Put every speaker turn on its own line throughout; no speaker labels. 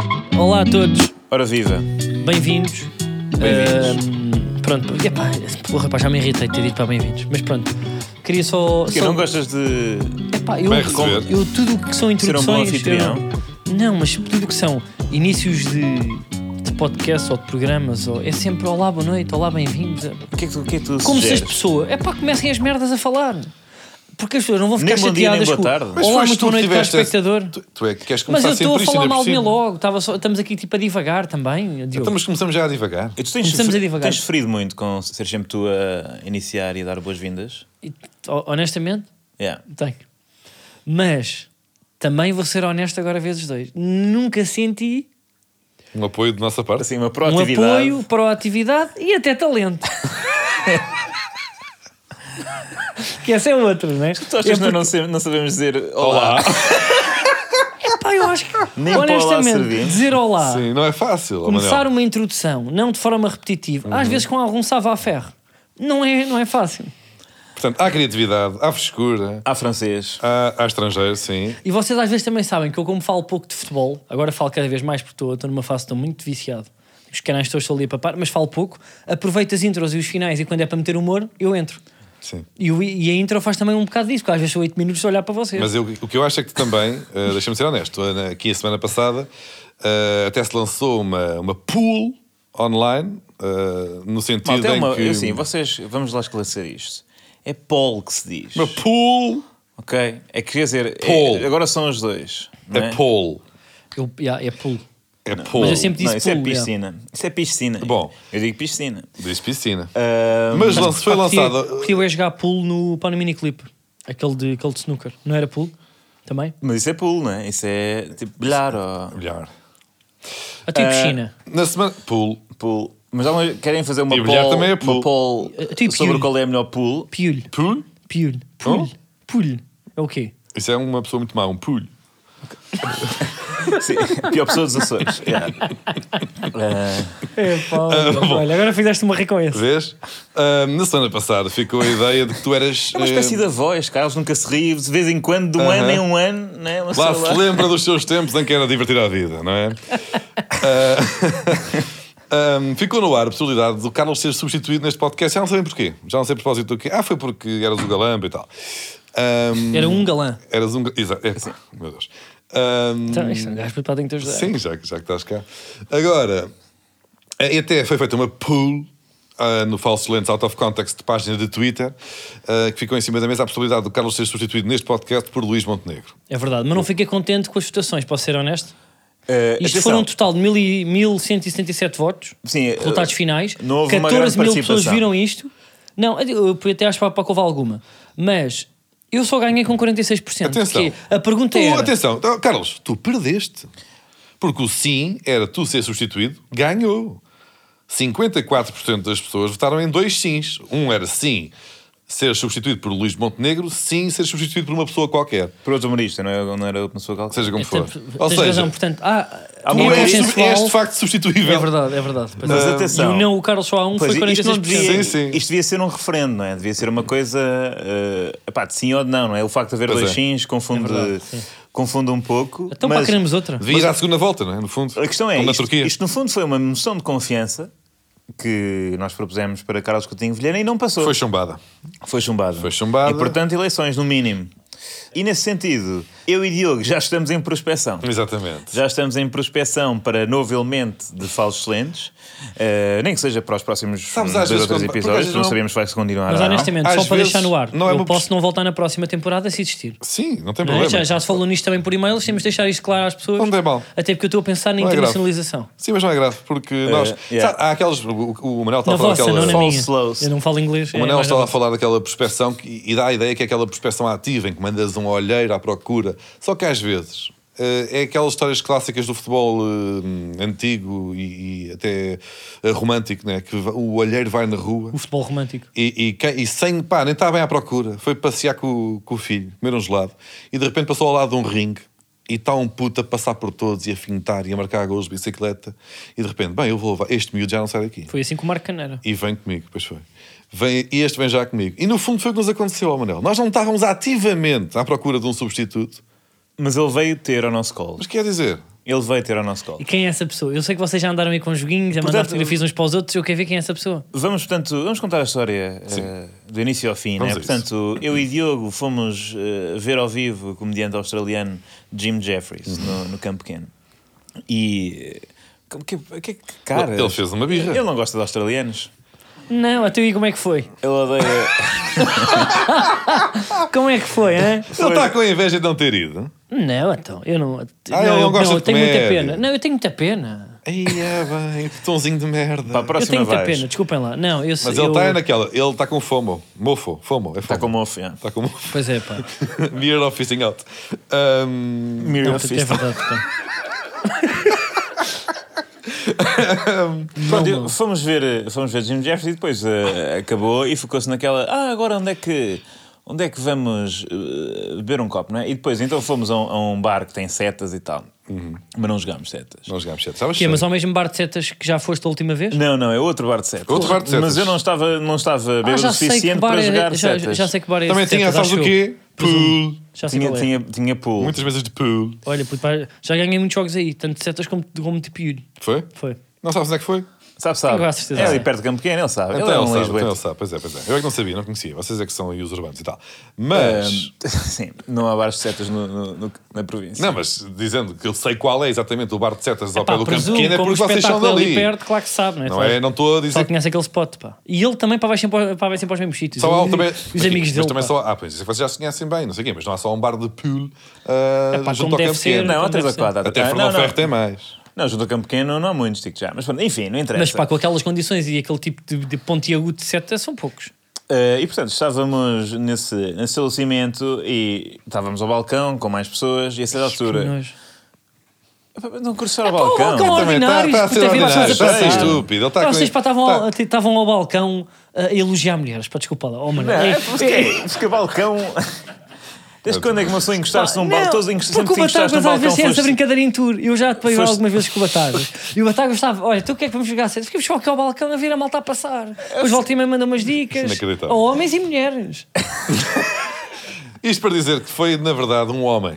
a todos,
Ora viva.
bem-vindos.
Bem-vindos.
Ahm, pronto, epá, porra, pá, já me irritei de ter dito para bem-vindos, mas pronto. Queria só.
Porque
só-
não gostas de.
Epá, eu,
Vai receber.
eu tudo o que são
Ser um
introduções.
bom
eu
anfitrião.
não, não, mas tudo o que são inícios de, de podcast ou de programas, ou, é sempre olá, boa noite, olá, bem-vindos.
O que é que tu, o que é que tu
Como se as
sugeres?
pessoas. É pá, comecem as merdas a falar. Porque as pessoas não vão ficar
Nem bom dia, nem
chateadas.
boa
com-
tarde. Mas
Olá,
foste
muito
tu
boa
que
noite, caro
tiveste esse-
espectador.
Tu, tu é que
Mas
queres começar
eu estou a
sempre isto, é
falar
ainda por
mal de mim
cima.
logo. Estava só- estamos aqui tipo a divagar também. Diogo.
Então, mas começamos já a divagar.
E tu tens,
Começamos
sofri-
a divagar.
tens sofrido muito com ser sempre tu a iniciar e dar boas-vindas?
E, ho- honestamente,
Yeah.
tenho. Mas também vou ser honesto agora, vezes dois. Nunca senti
Um apoio de nossa parte.
Assim, uma
um
proatividade.
apoio, proatividade e até talento. que essa é outra, não é?
Tu achas que nós não, se- não sabemos dizer olá?
Olá.
Pá, eu acho que,
Nem para olá
honestamente,
servimos.
dizer olá,
Sim, não é fácil. ó, Manel.
começar um- uma introdução, não de forma repetitiva,
Uhum.
às vezes com algum salva a ferro, não é, não é fácil.
Portanto, há criatividade, há frescura,
Há francês.
há, há estrangeiro, sim.
E vocês às vezes também sabem que eu, como falo pouco de futebol, agora falo cada vez mais porque estou, estou numa fase, estou muito viciado. Os canais todos estou ali a papar, mas falo pouco. Aproveito as intros e os finais e quando é para meter humor, eu entro.
sim.
E, o- e a intro faz também um bocado disso, porque às vezes sou 8 minutos a olhar para vocês.
Mas eu- o que eu acho é que tu também, eh, deixa-me ser honesto, eh, aqui a semana passada eh, até se lançou uma, uma pool online, eh, no sentido
Malta, é
em
uma,
que...
assim, vocês, vamos lá esclarecer isto. É Paul que se diz.
Uma pool
Ok? É que quer dizer, é-
Paul.
agora são os dois. não
é pool.
Eu, yeah, é pulo.
É pool.
mas eu sempre-
Não,
disse
isso é
pool, é.
piscina. Isso é piscina.
Bom.
Eu digo piscina.
Diz piscina.
Ah,
mas lanç- foi
Pá, curtia-
lançada...
curtia eu é jogar pulo no, para no miniclip, aquele de, aquele de snooker. Não era pulo? Também?
Mas isso é pool, não é? Isso é tipo bilhar ou
Bilhar.
Até
É.
Ah,
piscina.
Na semana... Pool.
pool. Mas há uma- querem fazer uma
E bilhar
poll,
também é
uma
pool.
poll
Eh, tipo
sobre
pool.
qual é a melhor pool.
Piulho.
Pool?
Piulho. Pulho. Pulho. É o quê?
Isso é uma pessoa muito má, um pool.
Sim, a pior pessoa dos Açores. Yeah. Ah,
É, pá, olha, agora fizeste uma rica com esse.
Vês? Ah, na semana passada ficou a ideia de que tu eras. eh,
é uma espécie de voz, cara. Eles nunca se riem de vez em quando, de um ano em um ano, né? Uma
Lá
pessoa
se lembra dos seus tempos em que era divertir a vida, não é? Ah, ah, ficou no ar a possibilidade do Carlos ser substituído neste podcast. Já não sabem porquê. Já não sei a propósito do quê. Ah, foi porque eras o galamba e tal. Ah,
Era um galã.
eras um. ga- Exato. É, meu Deus. Ah,
Então, isto é um gajo preparado tem que te ajudar.
Sim, já, que- já que estás cá. Agora, eh, até foi feita uma pool ah, no Falso Lentes Out of Context de página de Twitter ah, que ficou em cima da mesa a possibilidade do Carlos ser substituído neste podcast por Luís Montenegro.
É verdade, mas não fiquei contente com as votações, posso ser honesto?
Ah,
Isto
atenção.
foram um total de mil e- 1177 votos,
Sim,
resultados
eh,
finais.
não houve uma
14 mil
grande
pessoas
participação.
viram isto. Não, eu eu até acho para que houve alguma, mas eu só ganhei com 46%.
Atenção.
porque a pergunta
Tu,
é:
atenção, Então, Carlos, tu perdeste. Porque o sim era tu ser substituído, ganhou. 54% das pessoas votaram em dois sims. Um era sim ser substituído por Luís Montenegro, sim ser substituído por uma pessoa qualquer.
Por outro humorista, não, é, não era uma pessoa qualquer.
Seja como for. Ou
então, tens razão,
seja,
portanto, ah,
Há
tu
uma
és
tu
vez-
és, sub- és de
consensual.
facto substituível.
É verdade, é verdade. pois
Mas
é.
atenção.
E o não, o Carlos só há um,
Pois,
foi 46%.
isto, não devia,
Sim, sim.
isto devia ser um referendo, não é? Devia ser uma coisa eh, epá, de sim ou de não, não é? O facto de haver
Pois
dois
é.
sims confunde,
verdade, sim.
confunde um pouco.
Então, para
mas
pá, queremos outra.
Devia ir à segunda volta, não é? No fundo.
a questão é:
Como na
isto,
Turquia.
isto, no fundo foi uma moção de confiança que nós propusemos para Carlos Coutinho Vilhena e não passou.
Foi chumbada.
Foi chumbado.
Foi chumbado.
E portanto, eleições, no mínimo. E nesse sentido, eu e Diogo já estamos em prospeção.
Exatamente.
Já estamos em prospeção para novo elemento de Falsos Lentes, Eh, nem que seja para os próximos
Sabes, às
dois ou três
vezes, quando- porque às
episódios,
vezes
não
não-
sabemos se vai se continuar.
Mas
ou não.
honestamente,
Às
só para
vezes
deixar no ar,
não é
eu
uma
posso
possi-
não voltar na próxima temporada se existir.
Sim, não tem
Não é?
problema.
Já, já se falou nisto também por e-mail, temos de deixar isto claro às pessoas.
Não tem mal.
Até porque eu estou a pensar na
Não é grave.
internacionalização.
Sim, mas não é grave, porque nós.
yeah.
Sabe, há aquelas. O, o Manel está
na
a falar
vossa,
daquela.
não na
false
minha.
lows.
Eu não falo inglês.
O
é
Manel
mais
estava a
nada.
falar daquela prospeção que- e dá a ideia que é aquela prospeção ativa, em que mandas um olheiro à procura. Só que às vezes eh, é aquelas histórias clássicas do futebol eh, antigo e, e até eh, romântico, né? que va- o olheiro vai na rua
O futebol romântico.
e, e quem- e sem, pá, nem estava bem à procura. Foi passear com, o- com o filho, comer um gelado e de repente passou ao lado de um ringue e está um puto a passar por todos e a fintar e a marcar gols de bicicleta e de repente, bem, eu vou levar, este miúdo já não sai daqui.
Foi assim que o Marco Canera.
E vem comigo, pois foi. Vem, e este vem já comigo. E no fundo foi o que nos aconteceu ao Manel. Nós não estávamos ativamente à procura de um substituto.
Mas ele veio ter ao nosso colo.
Mas quer dizer,
Ele veio ter ao nosso colo.
E quem é essa pessoa? Eu sei que vocês já andaram aí com joguinhos, a mandar
Portanto,
fotografias uns para os outros, eu quero ver quem é essa pessoa.
Vamos, portanto, vamos contar a história eh, do início ao fim,
Vamos
né?
a isso.
Portanto, eu e Diogo fomos eh, ver ao vivo o comediante australiano Jim Jeffries no, no Campo Pequeno. E. eh, como que, que, que cara.
Ele fez uma birra.
Ele não gosta de australianos.
Não, até aí como é que foi?
Ele odeia.
Como é que foi, hein?
Ele está com inveja de não ter ido.
Não, então, eu não.
Ah, ele
não,
não
eu-
gosta
não,
de
eu tenho muita
comédia.
pena. Não, eu tenho muita pena.
Aí é bem, que tonzinho de merda.
Pá, a
Eu tenho
próxima
muita
vez.
pena, desculpem lá. Não, eu
Mas
eu,
ele tá está naquela, ele está com fomo. Mofo, fomo, é fomo.
Está com uma ofensa.
Está com mofo.
Pois é, pá.
Mirror of Fishing Out. Ahm,
Não,
Miriam
é
Fist.
verdade, pá.
Pronto, eu- fomos ver, eh, fomos ver Jim Jeffries e depois eh, acabou e focou-se naquela. Ah, agora onde é que. Onde é que vamos eh, beber um copo, não é? E depois, então fomos a um, a um bar que tem setas e tal.
Uhum.
Mas não jogámos setas.
não jogámos sete. Sabes?
Que é, mas
sei.
ao mesmo bar de setas que já foste a última vez?
Não, não, é outro bar de setas.
Outro bar de setas.
Mas eu não estava, não estava
Ah,
bêbado
já
o
sei que
suficiente
bar
para
é.
jogar
Já,
setas.
já sei que bar é esse
Também
de
tinha,
setas,
sabes
acho
o
eu.
quê? Pool.
Já sei
tinha,
qual é.
tinha, tinha pool.
Muitas mesas de pool.
Olha, puto, pá, já ganhei muitos jogos aí, tanto de setas como, como de piolho.
Foi?
Foi.
Não sabes onde é que foi?
Sabe, sabe.
Tenho a certeza.
É ali perto de Campo Pequeno, ele sabe.
Então
ele é um
ele sabe, então ele
lisboeta.
sabe. Pois é, pois é. Eu é que não sabia, não conhecia. Vocês é que são aí os urbanos e tal. Mas...
Ah, Sim, não há bares de setas no- no- no- na província.
Não, mas dizendo que eu sei qual é exatamente o bar de setas ao pé
Pá,
do campo
presumo,
pequeno é
como
porque
o
vocês são
espetáculo ali
dali.
perto, claro que sabe, não é?
Não é? Não estou a dizer
Só
que
conhece aquele spot, pá. E ele também, pá, vai sempre, pá, vai sempre aos mesmos sítios.
Só há um
Ele-
também.
Os amigos
mas
dele.
também
pá.
só há. Ah, pois isso é que vocês já se conhecem bem, não sei o quê, mas não há só um bar de pool ah,
É, pá,
junto
como
ao
deve
campo
ser,
pequeno.
Não, há
Então
três ou
deve ser.
quatro. há
Até
três- ah,
Fernão
não, não.
Ferro tem mais.
Não, junto ao Campo Pequeno não há muitos, digo já. Mas pronto, enfim, não interessa.
Mas pá, com aquelas condições e aquele tipo de, de pontiagudo de seta, são poucos.
Eh, e portanto, estávamos nesse, nesse estabelecimento e estávamos ao balcão com mais pessoas e a certa altura.
Nojo.
Não curti ao
pá, Então, o
balcão.
balcão
Também está-
Ordinários,
está a
puta,
ser
vida,
ordinário.
estás a
Está
passar.
estúpido.
tá
Ele está
Pá,
com-
vocês pá, estavam
está-
ao- estavam ao balcão eh, a elogiar mulheres, pá, desculpa lá. Oh, mano,
Não,
ei,
é porque, porque balcão. Desde quando é que começou a encostar-se num balcão? Todos
porque
encostando
o Batagas
num
às
balcão.
vezes é essa
foste-
brincadeira em tour. Eu já te peguei
foste-
algumas vezes com o Batagas. e o Batagas estava, olha, tu o que é que vamos jogar cedo? Ficamos só aqui ao balcão a ver a malta a passar. Depois volta e meia manda umas dicas a
Inacreditável.
homens e mulheres.
Isto para dizer que foi, na verdade, um homem.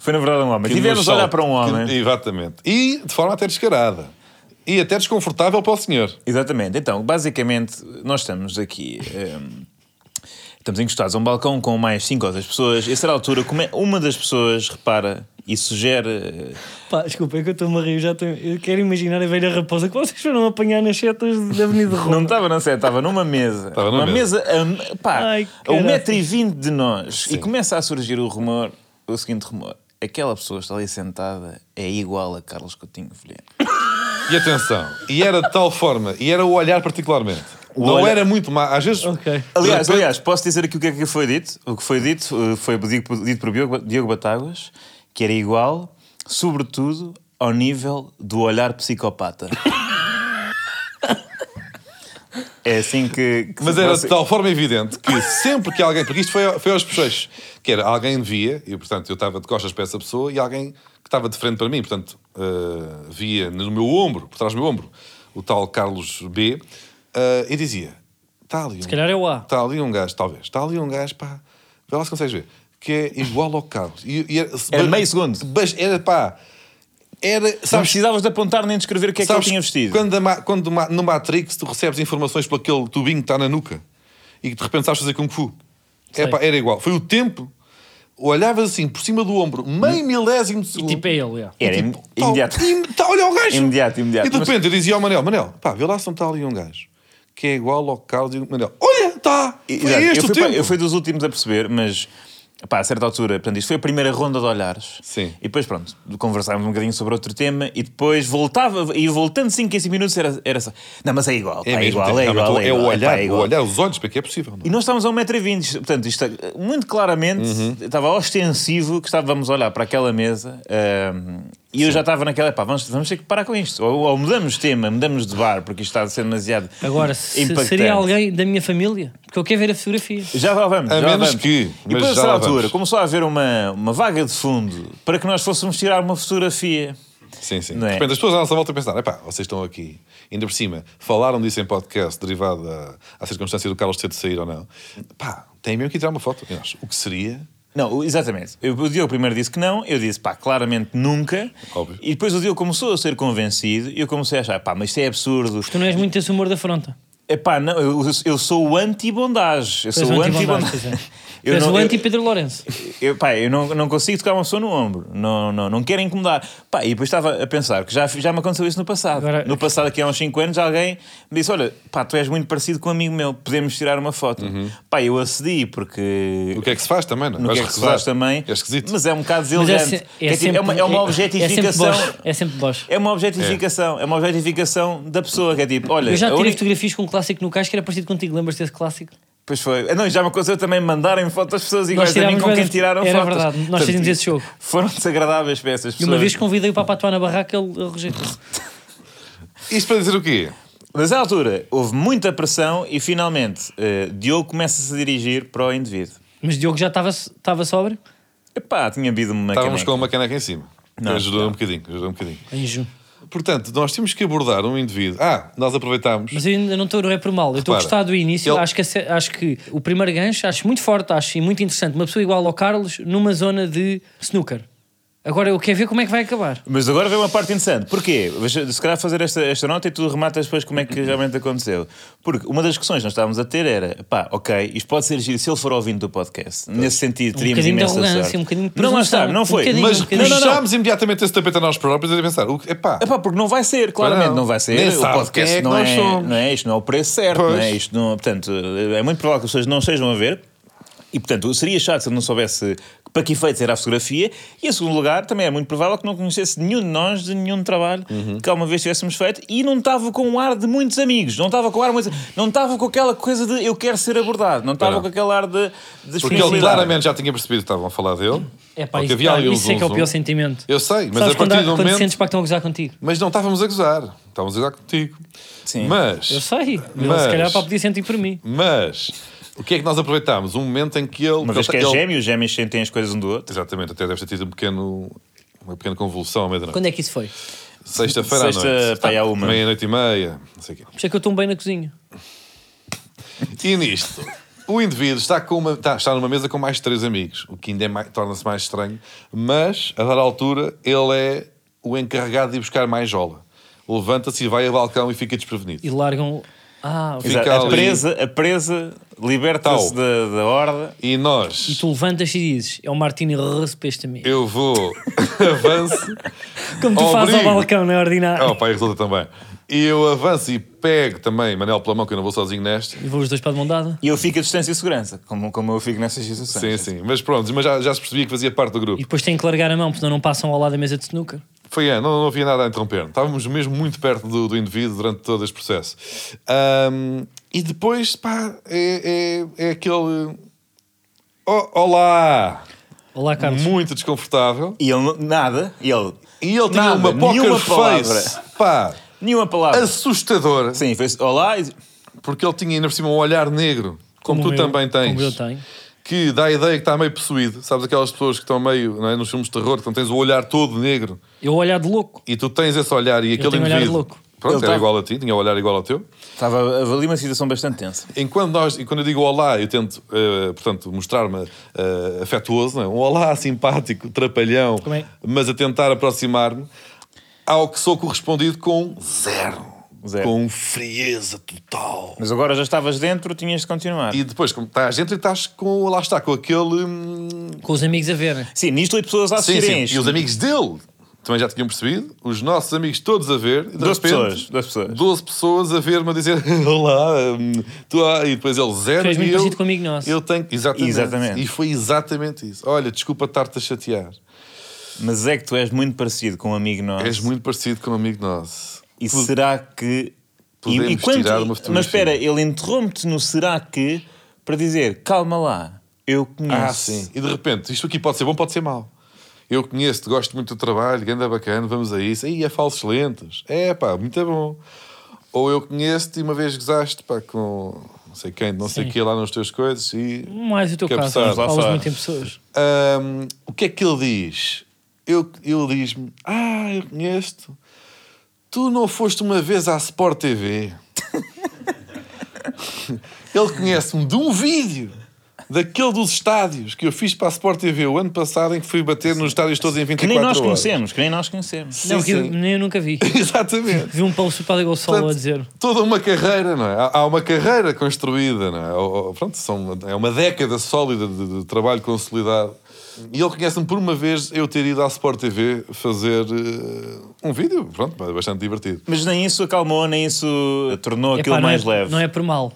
Foi na verdade um homem.
que nos
Tivemos a olhar
salta-
para um homem.
que- exatamente. E de forma até descarada. E até desconfortável para o senhor.
Exatamente. Então, basicamente, nós estamos aqui. ehm, estamos encostados a um balcão com mais cinco ou 6 pessoas. E a certa altura, come- uma das pessoas repara e sugere. eh,
Pá, desculpa, é que eu estou-me a rir. Já estou- Eu quero imaginar a velha raposa que vocês foram apanhar nas setas da Avenida Roma.
Não estava na seta, estava numa mesa.
Estava numa
uma mesa, a, pá,
Ai,
a um
caraca.
metro e vinte de nós. E começa a surgir o rumor, o seguinte rumor. Aquela pessoa que está ali sentada é igual a Carlos Coutinho Vilhena.
E atenção. E era de tal forma. E era o olhar particularmente. não
olhar-
era muito má. Às vezes...
Ok.
Aliás,
De repente-
aliás, posso dizer aqui o que é que foi dito? O que foi dito eh, foi dito dito por Diogo, Diogo Batáguas, que era igual, sobretudo, ao nível do olhar psicopata. é assim que... que
Mas era
você-
de tal forma evidente que sempre que alguém. Porque isto foi, foi aos peixes. Que era alguém via, e portanto eu estava de costas para essa pessoa, e alguém que estava de frente para mim, portanto eh, via no meu ombro, por trás do meu ombro, o tal Carlos B, eh, e dizia: Está ali, um,
calhar é o A."
tá ali um gajo, talvez, está ali um gajo, pá, vê lá se consegues ver, que é igual ao Carlos. E, e era,
Era meio segundo.
Mas era pá. Era,
Não
sabes,
precisavas de apontar nem de escrever o que é que ele
Sabes,
tinha vestido.
Quando, a ma- quando ma- no Matrix tu recebes informações por aquele tubinho que está na nuca e que de repente sabes fazer Kung Fu.
Sei.
Epá, era igual. Foi o tempo. Olhavas assim por cima do ombro, meio milésimo de segundo.
Tipo é ele, é.
Era Hum. im-
tal,
imediato.
im- tal, olha o gajo.
Imediato, imediato.
E de
Mas-
repente eu dizia ao Manel: Manel, pá, vê lá se não está ali um gajo que é igual ao Carlos e o Manel. Olha, está! Foi
Exato.
este
eu,
o
fui,
tempo.
pá, eu fui dos últimos a perceber, mas pá, a certa altura, portanto, isto foi a primeira ronda de olhares.
Sim.
E depois, pronto, conversámos um bocadinho sobre outro tema e depois voltava, e voltando 5, 15 minutos era, era só. Não, mas é igual, pá, é,
mesmo
igual,
tempo.
é
Não, mas
igual,
tu- é o
igual,
olhar,
pá, é
o
igual.
olhar, os olhos, para que é possível. não é?
E nós estávamos a 1,20m, portanto, isto é, muito claramente
Uhum.
estava ostensivo que estávamos a olhar para aquela mesa ahm, e eu já estava naquela, pá, vamos, vamos ter que parar com isto. Ou, ou mudamos de tema, mudamos de bar, porque isto está a ser demasiado.
Agora, se
impactante.
seria alguém da minha família, porque eu quero ver a fotografia.
Já lá vamos.
A
já lá
menos
vamos.
que,
E
mas
depois, a
já
certa
lá
altura,
vamos.
começou a haver uma, uma vaga de fundo para que nós fôssemos tirar uma fotografia.
Sim, sim.
Não é?
De repente as pessoas à nossa volta a pensar: epá, vocês estão aqui, ainda por cima, falaram disso em podcast, derivado à, à circunstância do Carlos ter de sair ou não. Pá, tem mesmo que tirar uma foto. E nós, o que seria
Não, o- exatamente. Eu, o Diogo primeiro disse que não, eu disse, pá, claramente nunca.
Óbvio.
E depois o Diogo começou a ser convencido e eu comecei a achar, pá, mas isto é absurdo.
Tu não és muito esse humor da afronta.
Epá, não, eu, eu sou o anti-bondage. Eu
Tu és
sou o
o anti-bondage,
anti-bondage.
pois é. Tu
Eu
és
não-
o
eu-
anti-Pedro Lourenço.
eu, pá, eu não, não consigo tocar uma pessoa no ombro, não, não, não quero incomodar. Pá, e depois estava a pensar que já, já me aconteceu isso no passado.
Agora-
No passado, aqui há uns 5 anos, alguém me disse: Olha, pá, tu és muito parecido com um amigo meu, podemos tirar uma foto. Pá, eu acedi porque.
Uhum. O que é que se faz também, não?
No que
Vais
é que recusar também.
É esquisito.
Mas é um bocado
Mas
deselegante.
se-
Que é, tipo, é uma, é uma objetificação.
É sempre Bosch. É sempre Bosch.
É uma objetificação, é. uma objetificação da pessoa que é tipo, olha,
Eu já
a
tirei
única-
fotografias com um clássico no caixa que era parecido contigo. Lembras-te desse clássico?
Pois foi. Ah, Não, já me aconteceu também mandarem fotos às pessoas iguais a mim
tirámos
com quem
várias-
tiraram
Era
fotos.
verdade, nós fizemos esse jogo.
Foram desagradáveis para essas
E
pessoas.
uma vez convidei o Papa a atuar na barraca, ele ele rejeitou.
Isto para dizer o quê?
Mas à altura houve muita pressão e finalmente eh, Diogo começa-se a dirigir para o indivíduo.
Mas Diogo já estava estava sóbrio?
Epá, tinha havido uma
Estávamos com
caneca.
uma caneca em cima.
Não,
ajudou um bocadinho, ajudou um bocadinho.
Em junho.
Portanto, nós temos que abordar um indivíduo. Ah, nós aproveitámos.
Mas eu ainda não estou, não é por mal. Eu estou a
Repara,
gostar do início.
ele-
Acho, que, a se- acho que o primeiro gancho acho muito forte, acho e muito interessante. Uma pessoa igual ao Carlos numa zona de snooker. Agora eu quero ver como é que vai acabar.
Mas agora vem uma parte interessante. Porquê? Deixa- Se calhar fazer esta, esta nota e tu rematas depois como é que realmente aconteceu. Porque uma das discussões que nós estávamos a ter era, pá, ok, isto pode ser giro se ele for ouvindo do podcast. Nesse sentido, teríamos
Um bocadinho de
imensa
arrogância,
sorte.
um bocadinho de
Não, lá está,
presunção,
não
um
foi.
bocadinho,
Mas
um bocadinho.
puxámos
Não, não, não.
imediatamente esse tapete a nós próprios e a pensar: o- epá,
Epá, porque não vai ser, claramente
não.
não, vai ser.
Nem
o
sabe
podcast
quem é que
não,
nós
é,
somos.
não é isto, não é o preço certo,
Pois.
não é isto. Não, portanto, é muito provável que as pessoas não estejam a ver. E portanto, seria chato se eu não soubesse para que efeitos era a fotografia. E em segundo lugar, também é muito provável que não conhecesse nenhum de nós de nenhum trabalho
Uhum.
que alguma vez tivéssemos feito. E não estava com o ar de muitos amigos, não estava com o ar muito. Não estava com aquela coisa de eu quero ser abordado, não estava
Não.
com aquele ar de. de
porque ele
disponibilidade.
claramente já tinha percebido que estavam a falar dele.
É pá,
Ou que
isso,
havia
ah,
ali um
isso é que é o
zoom,
pior
zoom.
sentimento.
Eu sei, mas é
Sabes quando,
a partir
há-
do
quando
um momento.
sentes para que estão a gozar contigo?
Mas não estávamos a gozar, estávamos a gozar contigo.
Sim.
Mas,
Eu sei. Mas...
Mas-
Se calhar para podia sentir por mim.
mas, o que é que nós aproveitámos? Um momento em que ele. tá-
Uma vez que é
ele-
gêmeo, os gêmeos sentem as coisas um do outro.
Exatamente, até deve ter tido um pequeno, uma pequena convulsão à meia-noite.
Quando é que isso foi? Por
Sexta-feira à
Sexta,
noite.
pá, aí há uma.
Meia-noite e meia, não sei o quê.
isso é que eu estou bem na cozinha.
E nisto, o indivíduo está, com uma, tá, está, está numa mesa com mais três amigos, o que ainda é mais- torna-se mais estranho, mas, a dada altura, ele é o encarregado de ir buscar mais jola. Levanta-se e vai ao balcão e fica desprevenido.
E largam. Ah, ok.
Fica
Exato. A
ali.
presa, a presa liberta-se
Tal.
da, da horda.
E
E
nós,
tu levantas e dizes: É o Martini Rose para este amigo.
eu vou, avanço...
Como tu
ao
fazes ao
abrigo.
balcão, não é ordinário?
Oh, pá, e resulta também. E eu avanço e pego também Manel pela mão, que eu não vou sozinho nesta.
E vou os dois para a mão dada.
E eu fico a distância e segurança, como, como eu fico nessas situações.
Sim, sim. Mas pronto, mas já, já se percebia que fazia parte do grupo.
E depois têm que largar a mão, senão não passam ao lado da mesa de snooker.
Foi, é, não, não havia nada a interromper. Estávamos mesmo muito perto do, do indivíduo durante todo este processo. Ahm, e depois, pá, é, é, é aquele. "Oh, olá!
Olá, Carlos.
Muito desconfortável.
E ele, não- nada, e ele,
E ele tinha
Nada,
uma poker
nenhuma
face, pá,
nenhuma palavra.
assustadora.
Sim, fez olá. e-
Porque ele tinha ainda por cima um olhar negro, como,
Como
tu
eu,
também tens.
como eu tenho.
Que dá a ideia que está meio possuído. Sabes aquelas pessoas que estão meio, não é, nos filmes de terror, então tens o olhar todo negro.
Eu olhar de louco.
E tu tens esse olhar e aquele
tenho olhar de
indivíduo.
louco.
Pronto,
Ele
era
tá-
igual a ti, tinha o olhar igual ao teu.
Estava ali uma situação bastante tensa.
Enquanto nós, e quando eu digo olá, eu tento, eh, portanto, mostrar-me eh, afetuoso, não é? um olá simpático, trapalhão,
Como é?
mas a tentar aproximar-me, ao que sou correspondido com zero.
Zero.
Com frieza total.
Mas agora já estavas dentro, tinhas de continuar.
E depois, como estás dentro, estás com, lá está, com aquele. hum,
Com os amigos a verem.
Sim, nisto oito pessoas a
Sim,
assistirem
sim.
isto.
E os amigos dele também já tinham percebido, os nossos amigos todos a ver. e de
Doze
repente,
pessoas, doze pessoas.
12 pessoas a ver-me a dizer Olá, hum, tu há-" e depois ele zero.
Fez
e
muito
eu,
parecido com um amigo nosso.
Eu tenho, exatamente.
Exatamente.
E foi exatamente isso. Olha, desculpa estar-te a chatear.
Mas é que tu és muito parecido com um amigo nosso.
És muito parecido com um amigo nosso.
E será que. E,
Podemos
e quando-
tirar uma
Mas
fotografia.
espera, ele interrompe-te no será que para dizer calma lá, eu conheço.
Ah, sim. E de repente, isto aqui pode ser bom, pode ser mau. Eu conheço-te, gosto muito do trabalho, ganda bacana, vamos a isso. Aí é falsos lentes. É pá, muito bom. Ou eu conheço-te e uma vez gozaste pá, com não sei quem, de não sei o
Sim. Hum.
que lá nas tuas coisas e.
Mais o teu
Que é
caso.
absurdo, lá
Falas
fora.
muito em pessoas.
Ahm, o que é que ele diz? Eu, ele diz-me: Ah, eu conheço-te. Tu não foste uma vez à Sport TV. ele conhece-me de um vídeo. daquele dos estádios que eu fiz para a Sport TV o ano passado em que fui bater nos estádios todos em
Que
24
nem nós
horas.
conhecemos, que nem nós conhecemos.
Sim,
Não, que eu,
sim.
nem eu nunca vi.
Exatamente.
Vi um Paulo Super Gonçalo a
Portanto,
dizer.
Toda uma carreira, não é? Há- Há uma carreira construída, não é? Ou- ou- Pronto, são, é uma década sólida de, de trabalho consolidado. E ele conhece-me por uma vez eu ter ido à Sport TV fazer eh, um vídeo, pronto, bastante divertido.
Mas nem isso acalmou, nem isso tornou aquilo
Epá, não
mais
é,
leve.
não é por mal,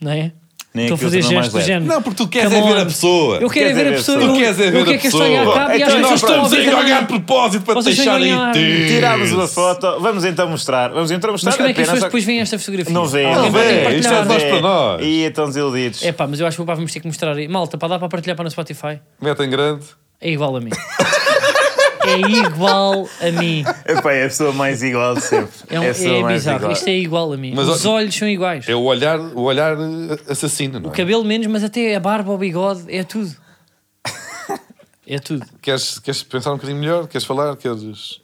não é?
Nem
Estou
aquilo
a fazer
tornou mais
gestos do
leve.
género.
Não, porque tu queres é
Come
ver
on.
a pessoa.
Eu quero é
Queres
ver a pessoa.
Tu
eu-
queres é ver
Eu
a
quero que esta olhar
pessoa.
cabe e às
Então
vezes
nós
estão a
estamos
ouvir
a
também.
jogar de propósito para te
Vocês
deixar
ganharam.
em
Tirámos uma foto, vamos então mostrar. Vamos então mostrar
Mas como é que as
apenas
pessoas
a-
depois veem esta fotografia?
Não vê,
Alguém
Não
vai ter que
vê, isto é
partilhar.
só- nós para nós.
E estão desiludidos.
É pá, mas eu acho que o pá vamos ter que mostrar aí. Malta, para dar para partilhar para no Spotify.
Mete em grande.
É igual a mim. é igual a mim.
Epá, é a pessoa mais igual de sempre.
É, um,
a pessoa
é
mais
bizarro.
igual.
Isto é igual a mim.
Mas
Os
ó-
olhos são iguais.
É o olhar, o olhar eh, assassino, não é?
Cabelo menos, mas até a barba, o bigode, é tudo. é tudo.
Queres, queres pensar um bocadinho melhor? Queres falar? Queres...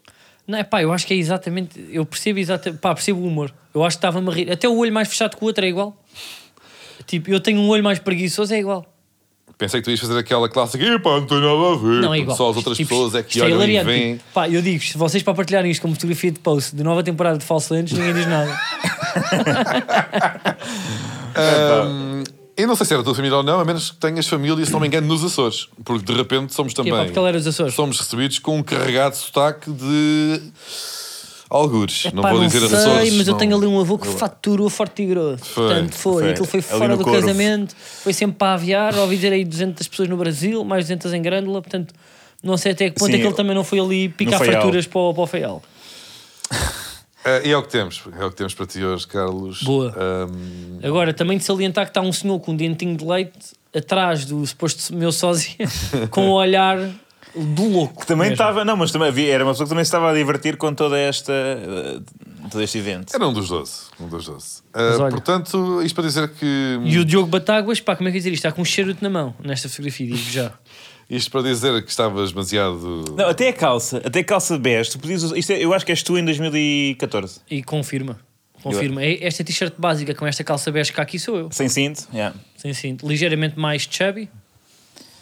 Não é pá, eu acho que é exatamente. Eu percebo exatamente. Pá, percebo o humor. Eu acho que estava-me a rir. Até o olho mais fechado que o outro é igual. Tipo, eu tenho um olho mais preguiçoso, é igual.
Pensei que tu ias fazer aquela clássica Epá, não tem nada a ver
Não, é
porque
igual.
Só as outras
Tipo,
pessoas é que
isto
olham e
hilariante.
veem
Tipo, pá, eu digo, se vocês para partilharem isto como fotografia de post de nova temporada de Falso Lentes, ninguém diz nada.
Ahm, Eu Ah, não sei se era a tua família ou não A menos que tenhas família, se não me engano, nos Açores Porque de repente somos
Que é
também
pá, porque ele era dos Açores.
Somos recebidos com um carregado sotaque de Algures Não
Pá,
vou dizer
sei,
Açores
mas eu
não-
tenho ali um avô que faturou forte e grosso.
Foi,
Portanto, foi.
foi.
Aquilo foi
Ali
fora
no
do
Corvo.
casamento, foi sempre para aviar. Ouvi dizer aí 200 pessoas no Brasil, mais 200 em Grândola. Portanto, não sei até que ponto
Sim,
é que ele
eu-
também não foi ali picar
no Faial.
fraturas para o, para o Feial.
Ah, E é o que temos É o que temos para ti hoje, Carlos
Boa.
Ahm,
Agora, também de salientar que está um senhor com um dentinho de leite atrás do suposto meu sósia, com o olhar do louco.
Que também
mesmo.
estava, não, mas também havia, era uma pessoa que também se estava a divertir com toda esta, eh, todo este evento.
Era um dos 12 Um dos 12 Ah,
Mas olha-
Portanto, isto para dizer que
E o Diogo Batáguas, pá, como é que eu ia dizer isto? Está com um charuto na mão nesta fotografia, digo já.
Isto para dizer que estavas demasiado
Não, até a calça, até a calça bege, tu podias usar, isto é- eu acho que és tu em 2014,
E confirma. Confirma. É Esta t-shirt básica com esta calça bege cá aqui sou eu.
sem cinto, yeah.
Sim, sim. Ligeiramente mais chubby.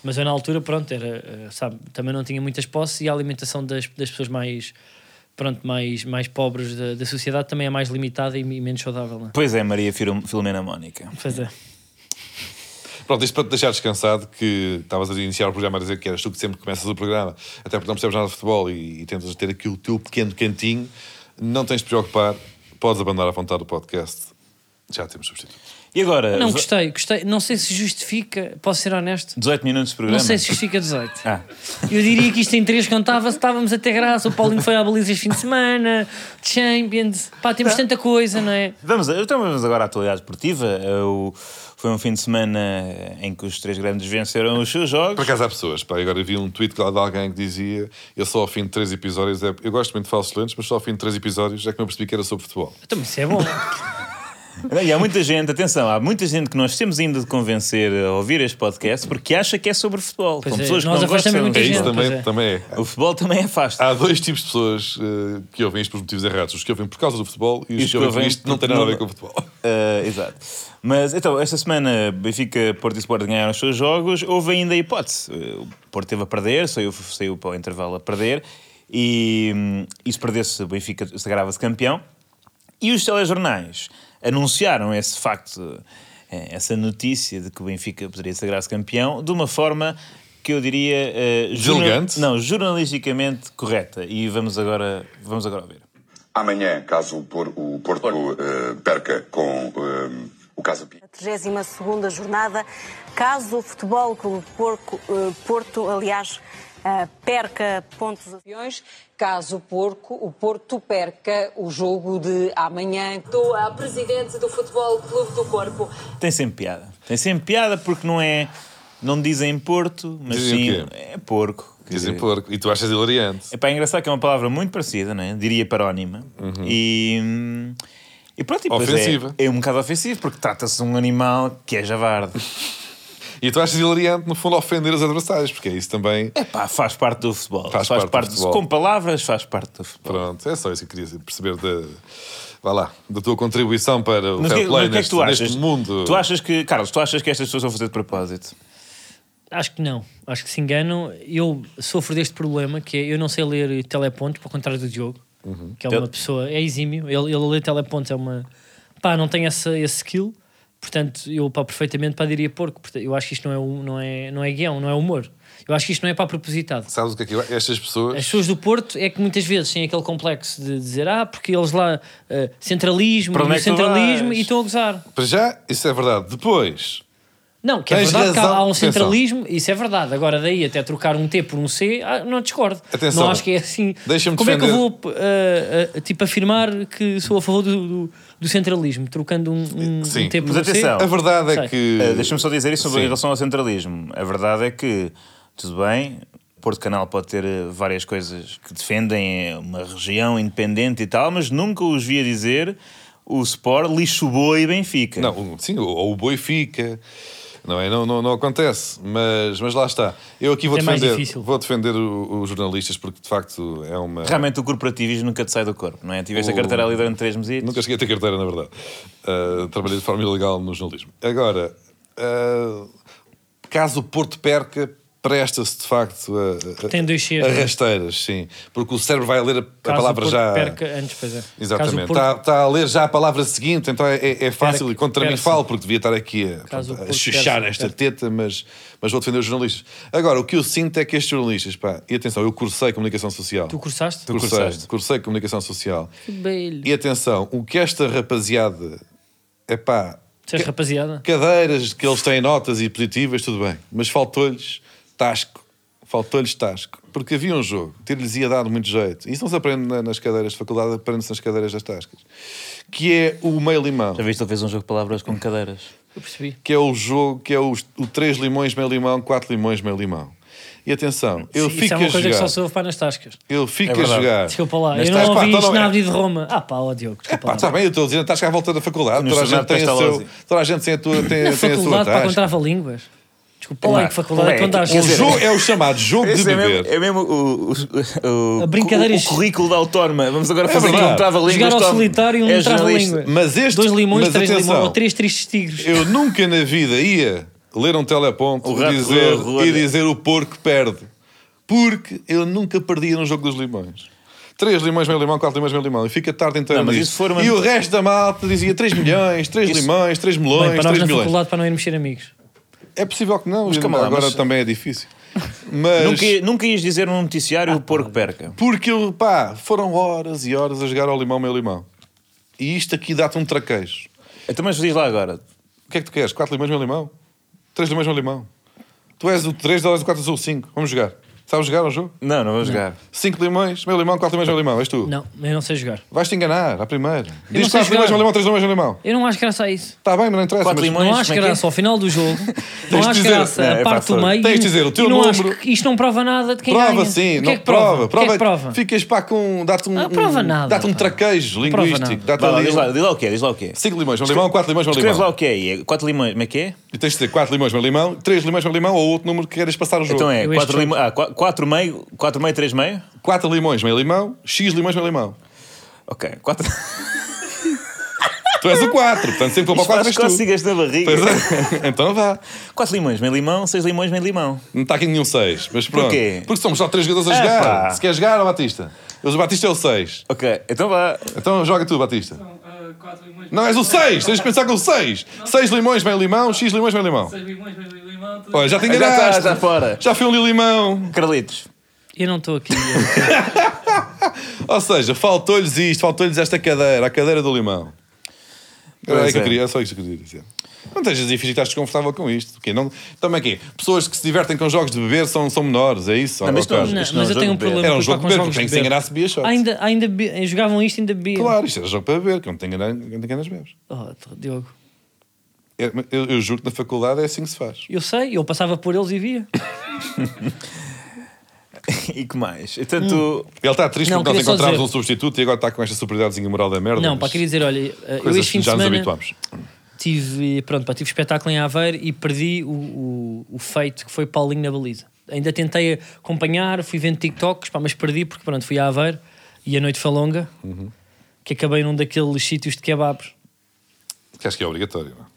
Mas eu na altura, pronto, era, eh, sabe, também não tinha muitas posses e a alimentação das, das pessoas mais, pronto, mais, mais pobres da, da sociedade também é mais limitada e, e menos saudável, não é?
Pois é, Maria Firo- Filomena Mónica.
Pois é.
Pronto, isto para te deixar descansado, que estavas a iniciar o programa a dizer que eras tu que sempre começas o programa, até porque não percebes nada de futebol e, e tentas ter aqui o teu pequeno cantinho, não tens de te preocupar, podes abandonar a vontade do podcast, já temos substituto.
E agora,
Não,
dezo-
gostei, gostei. Não sei se justifica, posso ser honesto?
18 minutos de
Não é,
programa.
sei se justifica 18.
Ah,
Eu diria que isto em 3 contava, estávamos até graça. O Paulinho foi à Baliza este fim de semana, Champions, pá, temos tanta coisa, não é?
Vamos, a- então vamos agora à atualidade esportiva. Eu- foi um fim de semana em que os três grandes venceram os seus
Por
jogos.
acaso há pessoas, pá, agora vi um tweet de alguém que dizia, eu só ao fim de três episódios, é- eu gosto muito de falsos lentes, mas só ao fim de três episódios é que eu percebi que era sobre futebol.
Então, mas isso é bom.
E há muita gente, atenção, há muita gente que nós temos ainda de convencer a ouvir este podcast porque acha que é sobre futebol.
Pois
São
é,
pessoas que
nós
não gostam
afastamos
de
muita
É
Sim,
isso
pois
também,
é.
também é.
O futebol também é fácil.
Há dois tipos de pessoas eh, que ouvem isto pelos motivos errados. Os que ouvem por causa do futebol e os, que ouvem por isto não tem nada a ver com o futebol.
Ah, exato. Mas então, esta semana Benfica, Porto e Sporting ganharam os seus jogos. Houve ainda a hipótese. Ah, O Porto teve a perder, saiu, saiu para o intervalo a perder. E, hum, e se perdesse, o Benfica sagrava-se campeão. E os telejornais anunciaram esse facto, eh, essa notícia de que o Benfica poderia sagrar-se campeão, de uma forma que eu diria. eh, jorna-
Deselegante?
Não, jornalisticamente correta. E vamos agora, vamos agora ouvir.
Amanhã, caso o Por- o Porto, eh, perca com eh, o Casa Pia.
32ª jornada, caso o Futebol Clube Porco- eh, Porto, aliás, eh, perca pontos...
Campeões, caso o Porco, o Porto perca o jogo de amanhã.
Estou a presidente do Futebol Clube do Corpo.
Tem sempre piada. Tem sempre piada porque não é. Não dizem Porto, mas
Dizem
sim
o quê?
é porco. Quer
Dizem
dizer,
porco. E tu achas hilariante.
Epá, É engraçado que é uma palavra muito parecida, né? diria parónima. E, hum, e pronto, e depois é-
Uhum. Ofensiva.
É, um bocado ofensivo porque trata-se de um animal que é javarde.
E tu achas hilariante, no fundo, ofender os adversários, porque é isso também.
Pá, faz parte do futebol.
Faz
Faz,
parte do
parte,
futebol.
Com palavras, faz parte do futebol.
Pronto, é só isso que eu queria perceber da. Vá lá, da tua contribuição para o
Mas o que, mas
fair play
o que é que
neste,
tu achas?
neste mundo.
Tu achas que, Carlos, tu achas que estas pessoas vão fazer de propósito?
Acho que não. Acho que se enganam. Eu sofro deste problema que é eu não sei ler telepontos, para o contrário do Diogo, que é
Tel-
uma pessoa, é exímio. Ele, ele lê telepontos, é uma. Pá, não tem essa, esse skill. Portanto, eu pá, perfeitamente pá, diria porco. Portanto, eu acho que isto não é, um- não, é, não é guião, não é humor. Eu acho que isto não é para propositado.
Sabes o que é que eu... Estas pessoas.
As pessoas do Porto é que muitas vezes têm aquele complexo de dizer ah, porque eles lá eh, centralismo,
Para onde é que tu
centralismo
vais?
e estão a gozar.
Para já, isso é verdade. Depois,
Não, que é
Tens
verdade que há-
razão.
há um
Atenção.
centralismo, isso é verdade. Agora, daí até trocar um T por um C, ah, não discordo.
Atenção.
Não acho que é assim.
Deixa-me
Como é que eu
defender.
vou ah, ah, tipo, afirmar que sou a favor do, do- do centralismo, trocando um, um-
Sim,
um T por
mas
um
atenção.
C?
a verdade é
Sei.
que.
Eh, Deixa-me só dizer isso sobre
Sim.
em relação ao centralismo. A verdade é que, tudo bem, Porto Canal pode ter eh, várias coisas que defendem eh, uma região independente e tal, mas nunca os via dizer o Sport lixo boa e Benfica.
Não, o- sim, ou, ou o boi fica. Não, é? não, não, não acontece, mas, mas lá está. Eu aqui vou
É mais
defender,
difícil.
vou defender o- os jornalistas porque de facto é uma.
Realmente o corporativismo nunca te sai do corpo, não é? Tiveste
O-
a carteira ali durante três meses.
Nunca cheguei a ter carteira, na verdade. Ah, trabalhei de forma ilegal no jornalismo. Agora, ah, caso o Porto perca, presta-se de facto a, a-
Tem dois Cs,
a
não é?
rasteiras, sim. Porque o cérebro vai ler a, a
Caso o
palavra
Porto
já.
Perca antes, pois é. Caso o
Exatamente. Tá.
Porto-
Está, está a ler já a palavra seguinte, então é- é, é fácil.
Perca-
e contra mim
perca-se.
falo, porque devia estar aqui a,
Caso
pronto, a
o Porto
chuchar
perca- é.
esta
perca.
teta, mas, mas vou defender os jornalistas. Agora, o que eu sinto é que estes jornalistas, pá, e atenção, eu cursei comunicação social.
Tu cursaste?
Tu cursei,
cursaste.
cursei comunicação social.
Que belho.
E atenção, o que esta rapaziada é pá,
Tens rapaziada?
cadeiras que eles têm notas e positivas, tudo bem, mas faltou-lhes tasco. Faltou-lhes tasco. Porque havia um jogo, ter-lhes ia dado muito jeito. Isso não se aprende na- nas cadeiras de faculdade, aprende-se nas cadeiras das tascas. Que é o meio limão.
Já viste ele fez um jogo de palavras com cadeiras?
Eu percebi.
Que é o jogo, que é os- o 3 limões, meio limão, 4 limões, meio limão. E atenção, eu
Isso
fico
é uma
a
coisa que só
jogar.
soube para nas tascas.
Eu fico
É
a
verdade.
jogar.
Desculpa lá,
nas
eu não
tascas. Pá,
ouvi
então
isto
não é-
na Avenida de Roma. Ah, pá, ó Diogo, desculpa.
Pá, então,
lá.
está bem, eu estou a dizer, estás cá à volta da faculdade.
No
Toda a, gente
Estado
tem a
Castelo
seu,
Azul.
toda a gente tem a, tua, tem,
Na
tem a sua
faculdade para
tasca.
contrava línguas. Desculpa lá,
Pá,
em que faculdade é que
moleque,
andaste?
quer
O
dizer-
jogo é o chamado jogo de
Esse é mesmo,
beber.
é mesmo o, o- o-
A brincadeira
o,
é
o
isto.
currículo da autónoma. Vamos agora fazer aqui
verdade.
um trava-línguas.
Jogar ao
Tom.
solitário e um
És
trava-língua.
jornalista.
Mas este-
Dois limões,
mas
três
atenção.
limões, ou três tristes tigres.
Eu nunca na vida ia ler um teleponto
O
e,
rato
dizer,
da rua,
e
né?
dizer o porco perde. Porque eu nunca perdia no jogo dos limões. Três limões, meio limão, quatro limões, meio limão. E fica a tarde inteira
Não, mas
nisso.
isso for uma-
E o resto da malta dizia 3 milhões, 3
Isso-
limões, 3
Bem,
melões,
para nós
3
na
milhões.
faculdade para não irmos ser amigos.
É possível que não,
Mas calma lá,
agora
mas-
também é difícil. Mas... Ah,
Nunca, nunca ias dizer num noticiário o porco perca.
Porque, eu, pá, foram horas e horas a jogar ao limão, meu limão. E isto aqui dá-te um traquejo.
Então, mas diz lá agora.
O que é que tu queres? Quatro limões, meu limão? Três limões, meu limão? Tu és o 3, tu és o 4, eu sou o 5. Vamos jogar. Sabes jogar ao jogo?
Não, não vou jogar.
Cinco limões, meu limão, quatro limões, meu limão. És tu.
Não, eu não sei jogar.
Vais-te enganar, à primeira.
não
Diz
sei
quatro limões,
jogar.
meu limão, três limões, meu limão.
Eu não acho graça a isso.
Está bem, mas não interessa.
Quatro
mas-
limões.
não acho
como é que é?
graça ao final do jogo. não
Tens de
acho
dizer-
graça
Não,
a
é
parte
fácil.
do meio.
Tens de
e-
dizer o teu
e não
número.
Acho que isto não prova nada de quem
Prova
ganha.
sim,
o que
não
é que prova? O que é que prova?
Ficas pá com. Dá-te um.
Não prova
um-
nada,
Dá-te um
pá.
traquejo
prova
linguístico.
nada.
Dá-te
Vá lá, diz lá,
ali. um
diz lá o que é, diz lá o que é.
Cinco limões, meu limão, quatro limões, meu
Escreve lá
limão.
o que é aí. É Quatro limões, como é que é?
E tens de ter quatro limões, meu limão, três limões, meu limão, ou outro número que queiras passar o jogo.
Então é
Eu este
quatro
jogo.
limões. Ah, qua- quatro meio, quatro meio, três meio?
Quatro limões, meu limão, X limões, meu limão.
Ok, quatro.
Tu és o 4, portanto sempre que vou para o 4
Quatro
és tu.
cócegas na barriga.
Pois é. Então vá.
Quatro limões, meio limão, seis limões, meio limão.
Não está aqui nenhum 6, mas pronto.
Porquê?
Porque somos só 3 jogadores a
É,
jogar.
pá.
Se quer jogar, ó Batista. Mas o Batista é o 6.
Ok, então vá.
Então joga tu, Batista. Não és o 6, tens de pensar com o 6. 6 limões, meio limão, X limões, meio limão. Olha, já te
Já
enganaste.
está, está fora.
Já foi um limão.
Carlitos.
Eu não estou aqui.
Ou seja, faltou-lhes isto, faltou-lhes esta cadeira, a cadeira do limão. Era aí
Pois
que eu
é.
queria, é só isso que eu queria dizer. Não tens de fingir que estás desconfortável com isto. Quê? Não, também aqui, pessoas que se divertem com jogos de beber são, são menores, é isso?
Não, mas
Ó, Carlos.
isto
Não,
não é um
mas eu
jogo
tenho um
de beber.
problema
Era um
com-
jogo
com
de beber,
jogos
porque tem que se
beber.
enganar se bebia shots.
Ainda, ainda be- jogavam isto, ainda bebiam.
Claro, isto era jogo para beber, que não tem enganar ninguém nas bebes.
Oh, Diogo.
É, mas Eu, eu juro que na faculdade é assim que se faz.
Eu sei, eu passava por eles e via.
E que mais? Então tu.
Ele está triste
Não,
porque nós
queria só
encontramos
dizer-
um substituto e agora está com esta superioridadezinha moral da merda.
Não,
mas
para queria dizer, olha, eu
coisas
este fim
que
de
já nos
semana.
habituámos.
tive, pronto, pá, tive espetáculo em Aveiro e perdi o, o, o feito que foi Paulinho na baliza. Ainda tentei acompanhar, fui vendo TikToks, pá, mas perdi porque pronto, fui a Aveiro e a noite foi longa,
Uhum.
que acabei num daqueles sítios de kebabs.
Que acho que é obrigatório, não é?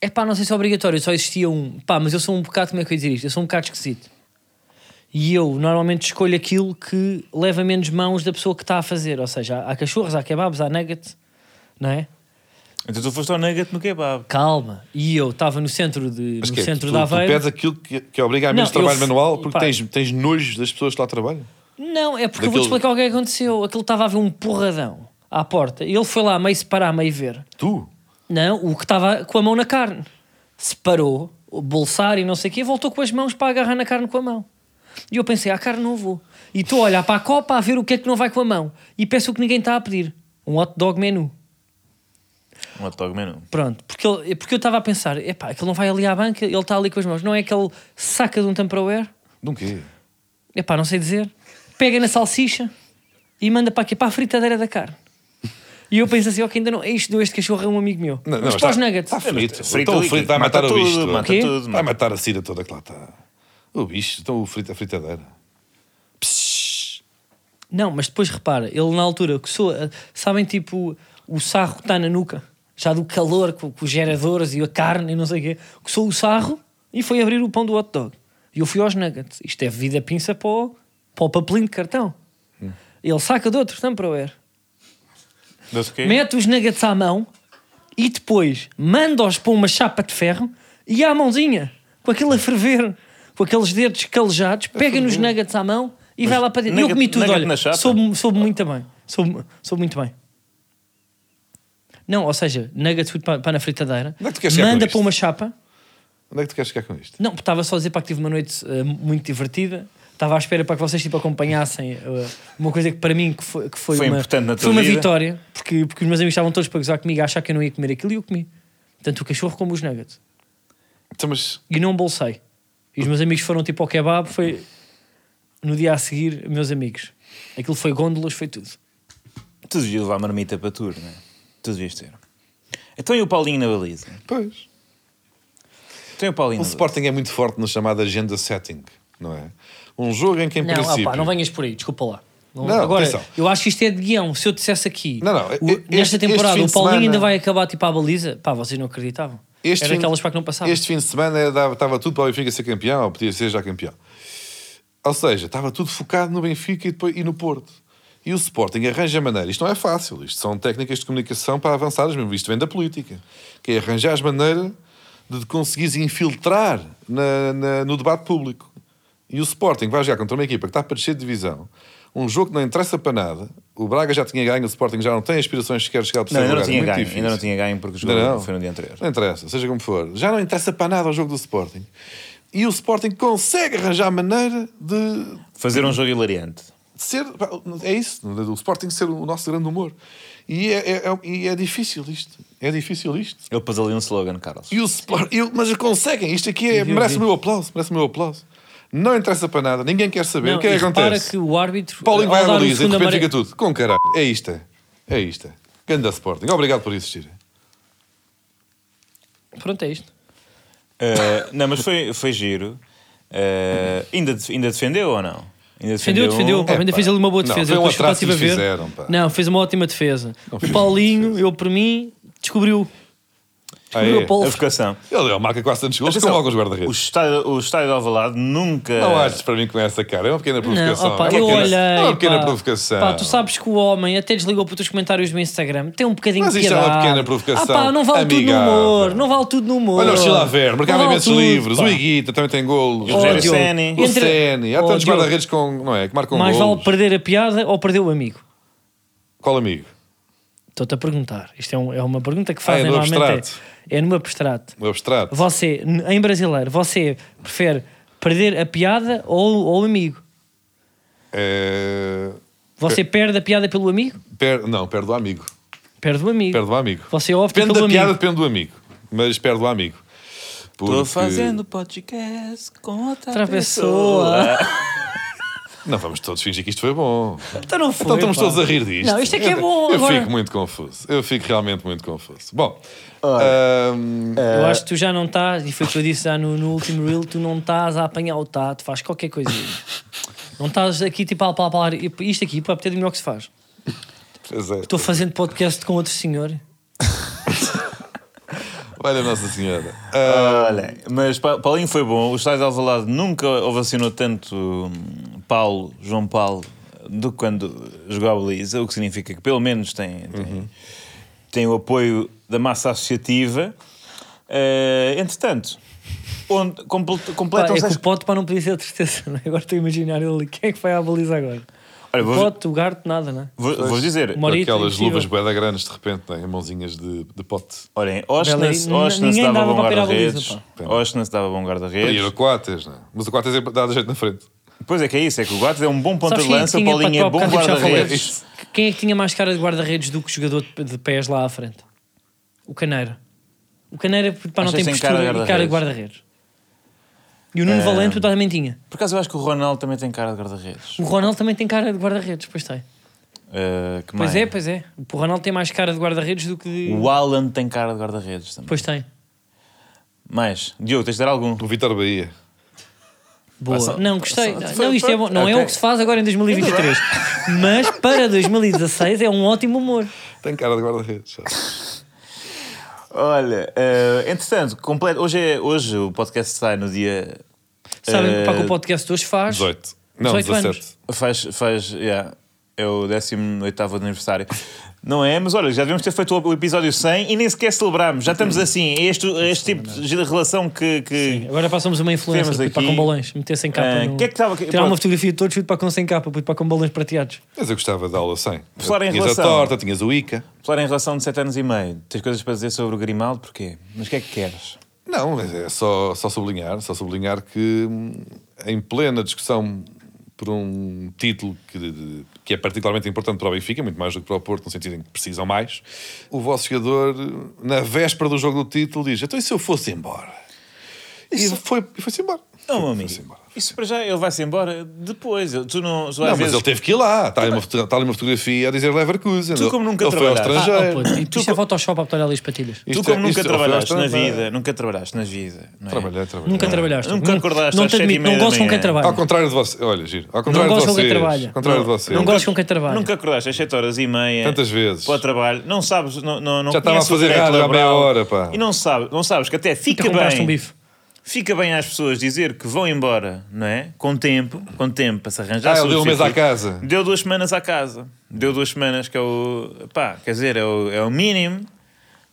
É pá, não sei se é obrigatório, só existia um. Pá, mas eu sou um bocado, como é que eu ia dizer isto? Eu sou um bocado esquisito. E eu normalmente escolho aquilo que leva menos mãos da pessoa que está a fazer. Ou seja, há há cachorros, há kebabs, há nugget, não é?
Então tu foste ao nugget no kebab.
Calma. E eu estava no centro de,
Mas
no
que é?
centro
tu,
da
tu
Aveiro.
pedes aquilo que, que obriga a menos
Não, eu
trabalho
f-
manual porque
pá.
tens, tens nojos das pessoas que lá trabalham?
Não, é porque eu vou-te
Daquele-
explicar o que é que aconteceu. Aquilo estava a haver um porradão à porta. Ele foi lá meio separar, meio ver.
Tu?
Não, o que estava com a mão na carne. Separou, o bolsar e não sei o quê, voltou com as mãos para agarrar na carne com a mão. E eu pensei, a carne não vou. E estou a olhar para a copa a ver o que é que não vai com a mão. E peço o que ninguém está a pedir. Um hot dog menu.
Um hot dog menu.
Pronto, porque, ele- é porque eu estava a pensar, epá, aquele não vai ali à banca, ele está ali com as mãos. Não é que ele saca de um Tupperware,
De um quê?
epá, não sei dizer, pega na salsicha e manda para aqui, para a fritadeira da carne. E eu penso assim, ok, ainda não, isto deu este cachorro a um amigo meu.
Não, não,
Mas
mas
para os
está-
nuggets.
está frito.
Frito
então o
líquido.
frito vai
Mata
matar
tudo,
o bicho.
Mata
Quê?
tudo.
Vai
mata-
matar a cira toda que lá está. O bicho, então o frito, a fritadeira. Psss.
Não, mas depois repara, ele na altura que soa, sabem tipo, o sarro está na nuca, já do calor com, com os geradores e a carne e não sei o quê, que sou o sarro e foi abrir o pão do hot dog. E eu fui aos nuggets. Isto é vida pinça para o, para o papelinho de cartão.
Hum.
Ele saca de outro Tupperware,
Não sei o quê.
mete os nuggets à mão e depois manda-os para uma chapa de ferro e à mãozinha, com aquilo a ferver, com aqueles dedos calejados, pega nos nuggets à mão e vai lá para dentro. E eu
nugget-
comi tudo,
nugget
olha,
na chapa?
soube, soube muito bem. Soube, soube muito bem. Não, ou seja, nuggets fui para, para na fritadeira,
Onde é que tu queres chegar com
manda
isto?
para uma chapa.
Onde é que tu queres chegar com isto?
Não, porque estava só a dizer para que tive uma noite eh, muito divertida. Estava à espera para que vocês tipo, acompanhassem eh, uma coisa que para mim que foi, que foi,
Foi
uma,
importante na tua
foi uma
vida.
vitória, porque, porque os meus amigos estavam todos para gozar comigo a achar que eu não ia comer aquilo e eu comi. Tanto o cachorro como os nuggets.
Então, mas
E não bolsei. E os meus amigos foram tipo ao kebab, foi no dia a seguir, meus amigos. Aquilo foi gôndolas, foi tudo.
Tu devias levar marmita para tour, não é? Tu devias ter. Então e o Paulinho na baliza?
Pois.
Então e o Paulinho
O
na
Sporting é muito forte no chamado agenda setting, não é? Um jogo em que, em
Não,
princípio.
opá, não venhas por aí, desculpa lá. Não-
Não,
agora,
atenção.
eu acho que isto é de guião. Se eu dissesse aqui,
Não, não,
o-
este-
nesta
este
temporada,
fim
o
de
Paulinho
semana-
ainda vai acabar tipo à baliza, pá, vocês não acreditavam.
Este
Era
fim-
aquelas para que não passavam.
Este fim de semana era- dava- estava tudo para o Benfica ser campeão, ou podia ser já campeão. Ou seja, estava tudo focado no Benfica e, depois, e no Porto. E o Sporting arranja maneira. Isto não é fácil. Isto são técnicas de comunicação para avançares mesmo. Isto vem da política. Que é arranjar as maneiras de conseguires infiltrar na- na- no debate público. E o Sporting vai jogar contra uma equipa que está para descer de divisão. Um jogo que não interessa para nada. O Braga já tinha ganho, o Sporting já não tem aspirações sequer de chegar ao
Não,
terceiro
ainda não
lugar. É
tinha
muito
ganho.
difícil.
Ainda não tinha ganho porque o jogo foi no dia anterior.
Não interessa, seja como for. Já não interessa para nada o jogo do Sporting. E o Sporting consegue arranjar maneira de
Fazer um jogo hilariante.
ser. pá, É isso, o Sporting ser o nosso grande humor. E é, é- é- e é difícil isto. É difícil isto.
Ele pôs ali um slogan, Carlos.
E o Sport, e o- mas conseguem, isto aqui é- merece o meu aplauso. Merece o meu aplauso. Não interessa para nada, ninguém quer saber
Não,
o que é
e
que
repara
acontece.
que o árbitro.
Paulinho
ao
vai à
dar o
baliza e de
segundo
repente
amarelo-
fica tudo. Com caralho. É isto. é. É isto. é. Ganda Sporting. Obrigado por existir.
Pronto, é isto.
Eh, não, mas foi, foi giro. Eh, ainda, def- ainda defendeu ou não? Ainda
Defendeu, defendeu. pá,
um.
ainda
Epá.
fez ali uma boa
Não,
defesa.
foi um
eu depois
atraso
estive
que lhes
a ver.
fizeram, pá.
Não, fez uma ótima defesa.
fez
o Paulinho, eu por mim, descobriu.
Ah,
Descobriu
é?
a Paulo.
um, A vocação.
Ele ele marca quase tantos gols
Atenção,
como alguns
O
guarda-redes.
estádio, o estádio de Alvalade nunca...
Não achas para mim com essa cara? É uma pequena provocação.
Não, opa,
é uma
eu
pequena,
olhei.
é uma pequena
pá.
provocação.
Pá, tu sabes que o homem até desligou para os comentários do Instagram. Tem um bocadinho
Mas
de
isto é
piedade.
uma pequena provocação
Ah, pá, não vale tudo
amigável.
no humor. Não vale tudo no humor.
Olha o Sheila Verde,
Não
marcava
vale
imensos
tudo,
livros.
pá.
O Iguita também tem golos.
O Rogério
Diogo,
Ceni.
O
entre-
Ceni. Há
Oh,
tantos
Diogo,
guarda-redes com, não é, que marcam
Mais vale
golos.
perder a piada ou perder o amigo?
Qual amigo?
Estou-te a perguntar. Isto é, um- é uma pergunta que fazem
Ah, é no
normalmente.
abstrato.
É, é no abstrato.
O abstrato.
Você, n- em brasileiro, você prefere perder a piada ou, ou o amigo?
É...
Você perde a piada pelo amigo?
Per... Não, perde o amigo.
Perde o amigo.
Perde o amigo.
Você opta
Depende da
pelo
piada,
amigo.
depende do amigo. Mas perde o amigo. Porque...
Estou fazendo podcast com outra,
Outra
pessoa.
pessoa.
Não vamos todos fingir que isto foi bom.
Então não foi,
Então estamos
pá.
todos a rir disto.
Não, isto é que é bom,
Eu
agora-
fico muito confuso. Eu fico realmente muito confuso. Bom, hum,
Eu
Ah.
acho que tu já não estás, e foi o que eu disse já no, no último reel, tu não estás a apanhar o tato, faz qualquer coisinha. Não estás aqui tipo a palpar isto aqui, para ter de melhor que se faz.
pois é.
Estou fazendo podcast com outro senhor.
Olha, Nossa Senhora.
Olha, mas Pa- Paulinho foi bom. O Estádio de Alvalade nunca ovacionou tanto hum, Paulo, João Paulo, do que quando jogava Lisa, o que significa que pelo menos tem, tem, tem o apoio da massa associativa. Eh, entretanto, onde complet-
Pá,
completam-se
é que
as-
o pote para não podia ser a tristeza, não é? Agora estou a imaginar ele ali. Quem é que vai à baliza agora?
Olha,
O
vou,
pote, o garto, nada, não é?
vou- vou dizer,
Uma hora- Morito,
Aquelas
impossível.
luvas boeda grandes de repente, né? mãozinhas de, de pote.
olhem,
Bela-
Oshness
n-
Oshness
ninguém
dava
dava
bom
para tirar a baliza,
guarda-redes. Oshness dava bom
Para ir
guarda-redes.
a Coates, né? Mas o Coates é dado jeito na frente.
Pois é que é isso, é que o Guates é um bom ponta
Sabes
de
quem é que
lança, o
tinha
Paulinho
para-
é bom
para- já falei.
guarda-redes.
Quem é que tinha mais cara de guarda-redes do que jogador de- de pés lá à frente? O Caneira. O Caneira pá, não
Achas
tem
que tem cara
postura
de
e cara de
guarda-redes? Ah.
guarda-redes. E o Nuno Valente também tinha.
Por acaso eu acho que o Ronaldo também tem cara de guarda-redes.
O Ronaldo também tem cara de guarda-redes, pois tem.
Eh, que
Pois
mais?
é, pois é. O Ronaldo tem mais cara de guarda-redes do que de...
O Alan tem cara de guarda-redes também.
Pois tem.
Mais, Diogo, tens de dar algum.
O Vitor Bahia.
Boa.
Passa-
não, gostei.
passa-
não, isto é bom. Não é
Até-
o que se faz agora em 2023. Mas para 2016 é um ótimo humor.
Tem cara de guarda-redes. sabe?
Olha, eh, entretanto, completo. Hoje, é, hoje o podcast sai no dia.
Sabem
eh,
para que o podcast de hoje faz?
18. Não,
18 anos.
17.
Faz. faz yeah, é o 18 aniversário. Não é? Mas olha, já devíamos ter feito o episódio 100 e nem sequer celebrámos. Já estamos assim. É este, é este tipo de relação que. que-
Agora passamos uma influencer
Temos
puto, para
aqui-
com balões, meter sem capa.
Ah,
no-
que é que estava- que-
Tirar
pronto.
uma fotografia de todos, puto, para com sem capa, puto, para com balões prateados.
Ah,
Mas eu gostava da aula 100.
Falar em
tinhas
relação-
a torta, tinhas o Ica.
Falar em relação de 7 anos e meio. Tens coisas para dizer sobre o Grimaldo? Porquê? Mas o que é que queres?
Não, mas é só, só sublinhar, só sublinhar que hum, em plena discussão por um título que, que é particularmente importante para o Benfica, muito mais do que para o Porto, no sentido em que precisam mais, o vosso jogador, na véspera do jogo do título, diz, então e se eu fosse embora? E foi- e foi-se embora.
Não, meu
Foi-
amigo.
foi-se embora.
Isso para já, ele vai-se embora depois. Tu não. Tu, às
Não, mas
vezes-
ele teve que ir lá. Está ali uma, foto- está ali uma fotografia a dizer Leverkusen.
Tu, como nunca
ele foi ao
trabalhaste.
Ah, oh,
estrangeiro.
puto, e
Tu
isto é
co-
Photoshop a botar ali as patilhas.
Tu,
Isto
como
é-
nunca
isto-
trabalhaste na
isto-
vida, nunca trabalhaste na vida. Não é?
Trabalhei, trabalhei.
Nunca trabalhaste.
Nunca
Não-
acordaste
Não
às
te
sete e
admito,
meia
não
da
gosto com
manhã. Ah,
quem trabalha.
Ao contrário de você. Olha, giro. Ao contrário
gosto
de
com quem
vocês.
trabalha.
Ao contrário de
Não-
vocês.
Não gosto com quem trabalha.
Nunca acordaste às 7 horas e meia.
Tantas vezes.
Para o trabalho. Não sabes. Não, não, não
Já estava a
conheces o
fazer
direito
rádio há meia
laboral.
hora, pá.
E não sabes, não sabes que até
Nunca
fica
compraste
bem.
um bife.
Fica bem às pessoas dizer que vão embora, não é? Com tempo, com tempo para se arranjar.
Ah, ele deu um mês
substituto.
à casa.
Deu duas semanas à casa. Deu duas semanas, que é o. pá, quer dizer, é o, é o mínimo.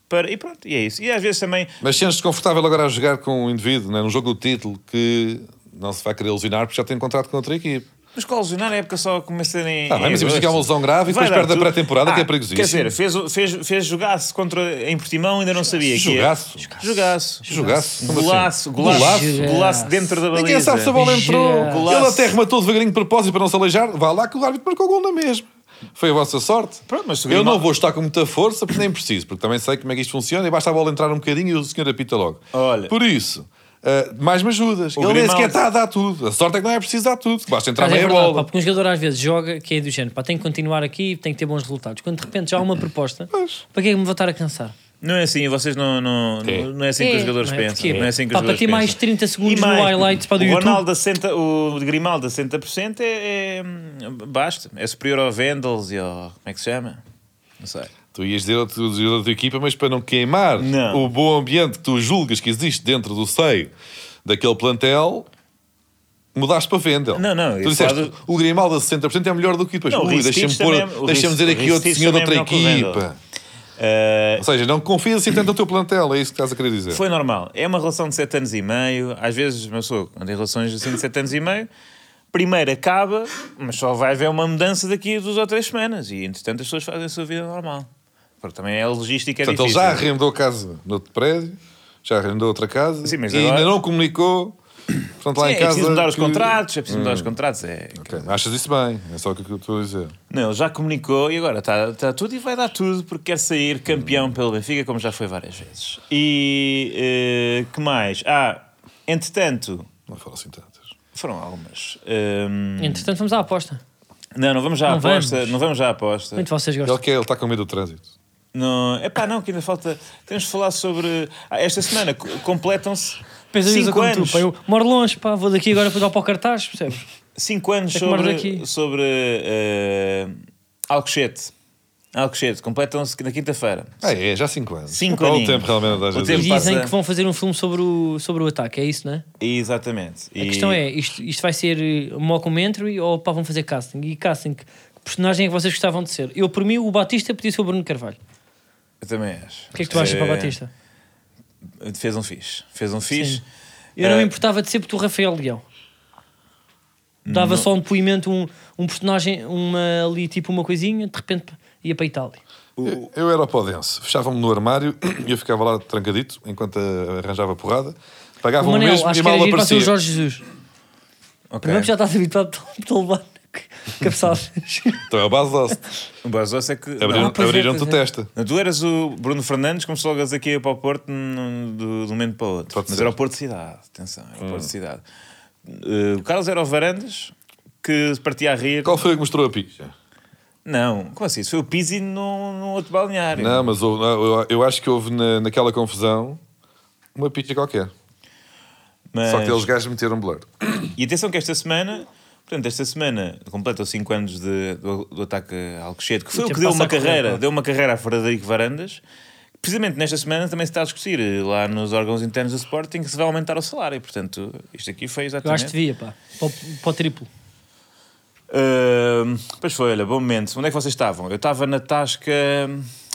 Para, e pronto, e é isso. E às vezes também.
Mas sentes desconfortável agora a jogar com um indivíduo, né, num jogo do título, que não se vai querer ilusionar porque já tem contrato com outra equipe.
Mas qual lesionar a época só começar em.
Ah, bem, mas imagina que há uma lesão grave e
Vai
depois
dar
perde a
tudo.
pré-temporada, que é
Ah,
perigosíssimo.
Quer dizer, fez, o- fez, fez jogaço contra, em Portimão, ainda não sabia. que era.
Jogaço.
Jogaço.
Jogaço. Como assim?
Golaço, golaço,
Golaço?
golaço dentro da baliza.
Ninguém sabe se é a bola entrou.
Yeah.
Ele até rematou devagarinho de propósito para não se aleijar. Vá lá que o árbitro marcou o gol na mesma. Foi a vossa sorte.
Pronto, mas se o
eu
Grimaldo-
não vou estar com muita força, porque nem preciso, porque também sei como é que isto funciona e basta a bola entrar um bocadinho e o senhor apita logo.
Olha.
Por isso, ah, mais me ajudas. Ele nem
Grimaldo-
sequer está a dar tudo. A sorte é que não é preciso dar tudo, basta entrar
Mas é
meia
verdade, pá,
bola.
porque um jogador às vezes joga que é do género, pá, tem que continuar aqui, tem que ter bons resultados. Quando de repente já há uma proposta, para que é que me vou estar a cansar?
Não é assim, vocês não. Não, não, não é assim que os jogadores
não é?
pensam.
Porquê?
Não é assim que
Pá,
os
para
jogadores
ter mais
pensam.
30 segundos
E
no
mais,
highlights para do
o
YouTube.
Ronaldo assenta, o Grimaldo a 60% é, é. Basta. É superior ao Vendels e ao. Como é que se chama? Não sei.
Tu ias dizer ao teu jogador da tua equipa, mas para não queimar
Não.
o bom ambiente que tu julgas que existe dentro do seio daquele plantel, mudaste para Vendel.
Não, não,
Tu
eu
disseste
falo do-
o Grimaldo a 60% é melhor do que depois.
Não, o
Ui,
Rhys
deixa-me
Tites
pôr,
também é- o
deixa-me
Rhys-
dizer
o
aqui
Rhys
outro
Tites
senhor de outra
também é melhor que o
equipa.
Wendel. Eh,
Ou seja, não confias assim tanto no teu plantel, é isso que estás a querer dizer.
Foi normal. É uma relação de 7 anos e meio. Às vezes, uma pessoa, quando tem relações assim de 7 anos e meio, primeiro acaba, mas só vai haver uma mudança daqui a duas ou três semanas. E, entretanto, as pessoas fazem a sua vida normal. Porque também é a logística
Portanto,
é
ele
difícil.
já arrendou casa no outro prédio, já arrendou outra casa
Sim, mas
e
agora-
ainda não comunicou. Portanto, lá
Sim,
em
é
casa.
preciso mudar os
que- Hum.
contratos, é preciso mudar os contratos. É...
Ok, Achas isso bem, é só o que eu estou a dizer.
Não, ele já comunicou e agora está está tudo e vai dar tudo porque quer sair campeão
Hum.
pelo Benfica, como já foi várias vezes. E eh, que mais? Ah, entretanto,
Não foram assim tantas.
Foram algumas. Hum,
Entretanto, vamos à aposta.
Não, não vamos já à
Não
aposta.
vamos.
Não vamos já à aposta.
Muito vocês
É. Ele
gostam.
quer, ele está com medo do trânsito.
Não, é pá, não, que ainda falta. Temos de falar sobre. Ah, esta semana co- completam-se
Pensa nisso
5
como tu,
anos.
pá. Eu moro longe, pá. Vou daqui agora para o cartaz, percebes?
cinco anos
É que moro
sobre.
daqui.
sobre eh, Alcochete. Alcochete. Completam-se na quinta-feira.
Ah, é, já há 5 anos.
Cinco
Qual o
aninhos.
tempo realmente das
O
E
vezes?
tempo-
dizem
passa-
que vão fazer um filme sobre o, sobre o ataque, é isso, não é?
E, exatamente.
A questão é, isto, isto vai ser eh, um mockumentary ou pá, vão fazer casting? E casting, que personagem é que vocês gostavam de ser? Eu, por mim, o Batista podia ser o Bruno Carvalho.
Eu também acho. Eh,
O que é que tu achas para o Batista?
Fez um fixe. Fez um fixe.
Sim. Eu não
Eh,
me importava de ser porque o Rafael Leão. Dava só um depoimento, um, um personagem, uma ali, tipo uma coisinha, de repente pá, ia para a Itália.
Eu- Eu era o podense. Fechavam-me no armário e eu ficava lá trancadito enquanto eh, arranjava porrada.
O
Pagavam o
Manel,
mesmo
acho
e
que
mal
era ir para ser
aparecia.
o Jorge Jesus.
ok.
Primeiro que já estás habituado de te levar cabeçadas.
Então é o base doce.
O Basosso é que.
Abriram-
Não,
pois é,
Abriram-te o
pois é.
testa.
Não, Tu eras o Bruno Fernandes, como se logo aqui ia para o Porto num- do- de um momento para o outro.
Pode
Mas
ser.
era o Porto Cidade, atenção, era o Porto Cidade. Eh, o Carlos era o Varandas, que se partia a rir.
Qual foi o que mostrou a picha?
Não, como assim? Isso foi o Pizzi num, num outro balneário.
Não, mas houve- não, eu, eu acho que houve na- naquela confusão uma picha qualquer.
Mas-
Só que eles gajos meteram um blur.
E atenção que esta semana, portanto, esta semana completam 5 anos de- do, do ataque ao Alcochete, que foi
O
o que
tempo
deu
passa
uma
a correr,
carreira,
pá.
deu uma carreira a Frederico Varandas. Precisamente nesta semana também se está a discutir eh, lá nos órgãos internos do Sporting que se vai aumentar o salário. Portanto, isto aqui foi
Eu
exatamente.
acho que devia, pá. Para o, para o triplo.
Ah, pois foi, olha, bom momento. Onde é que vocês estavam? Eu estava na Tasca,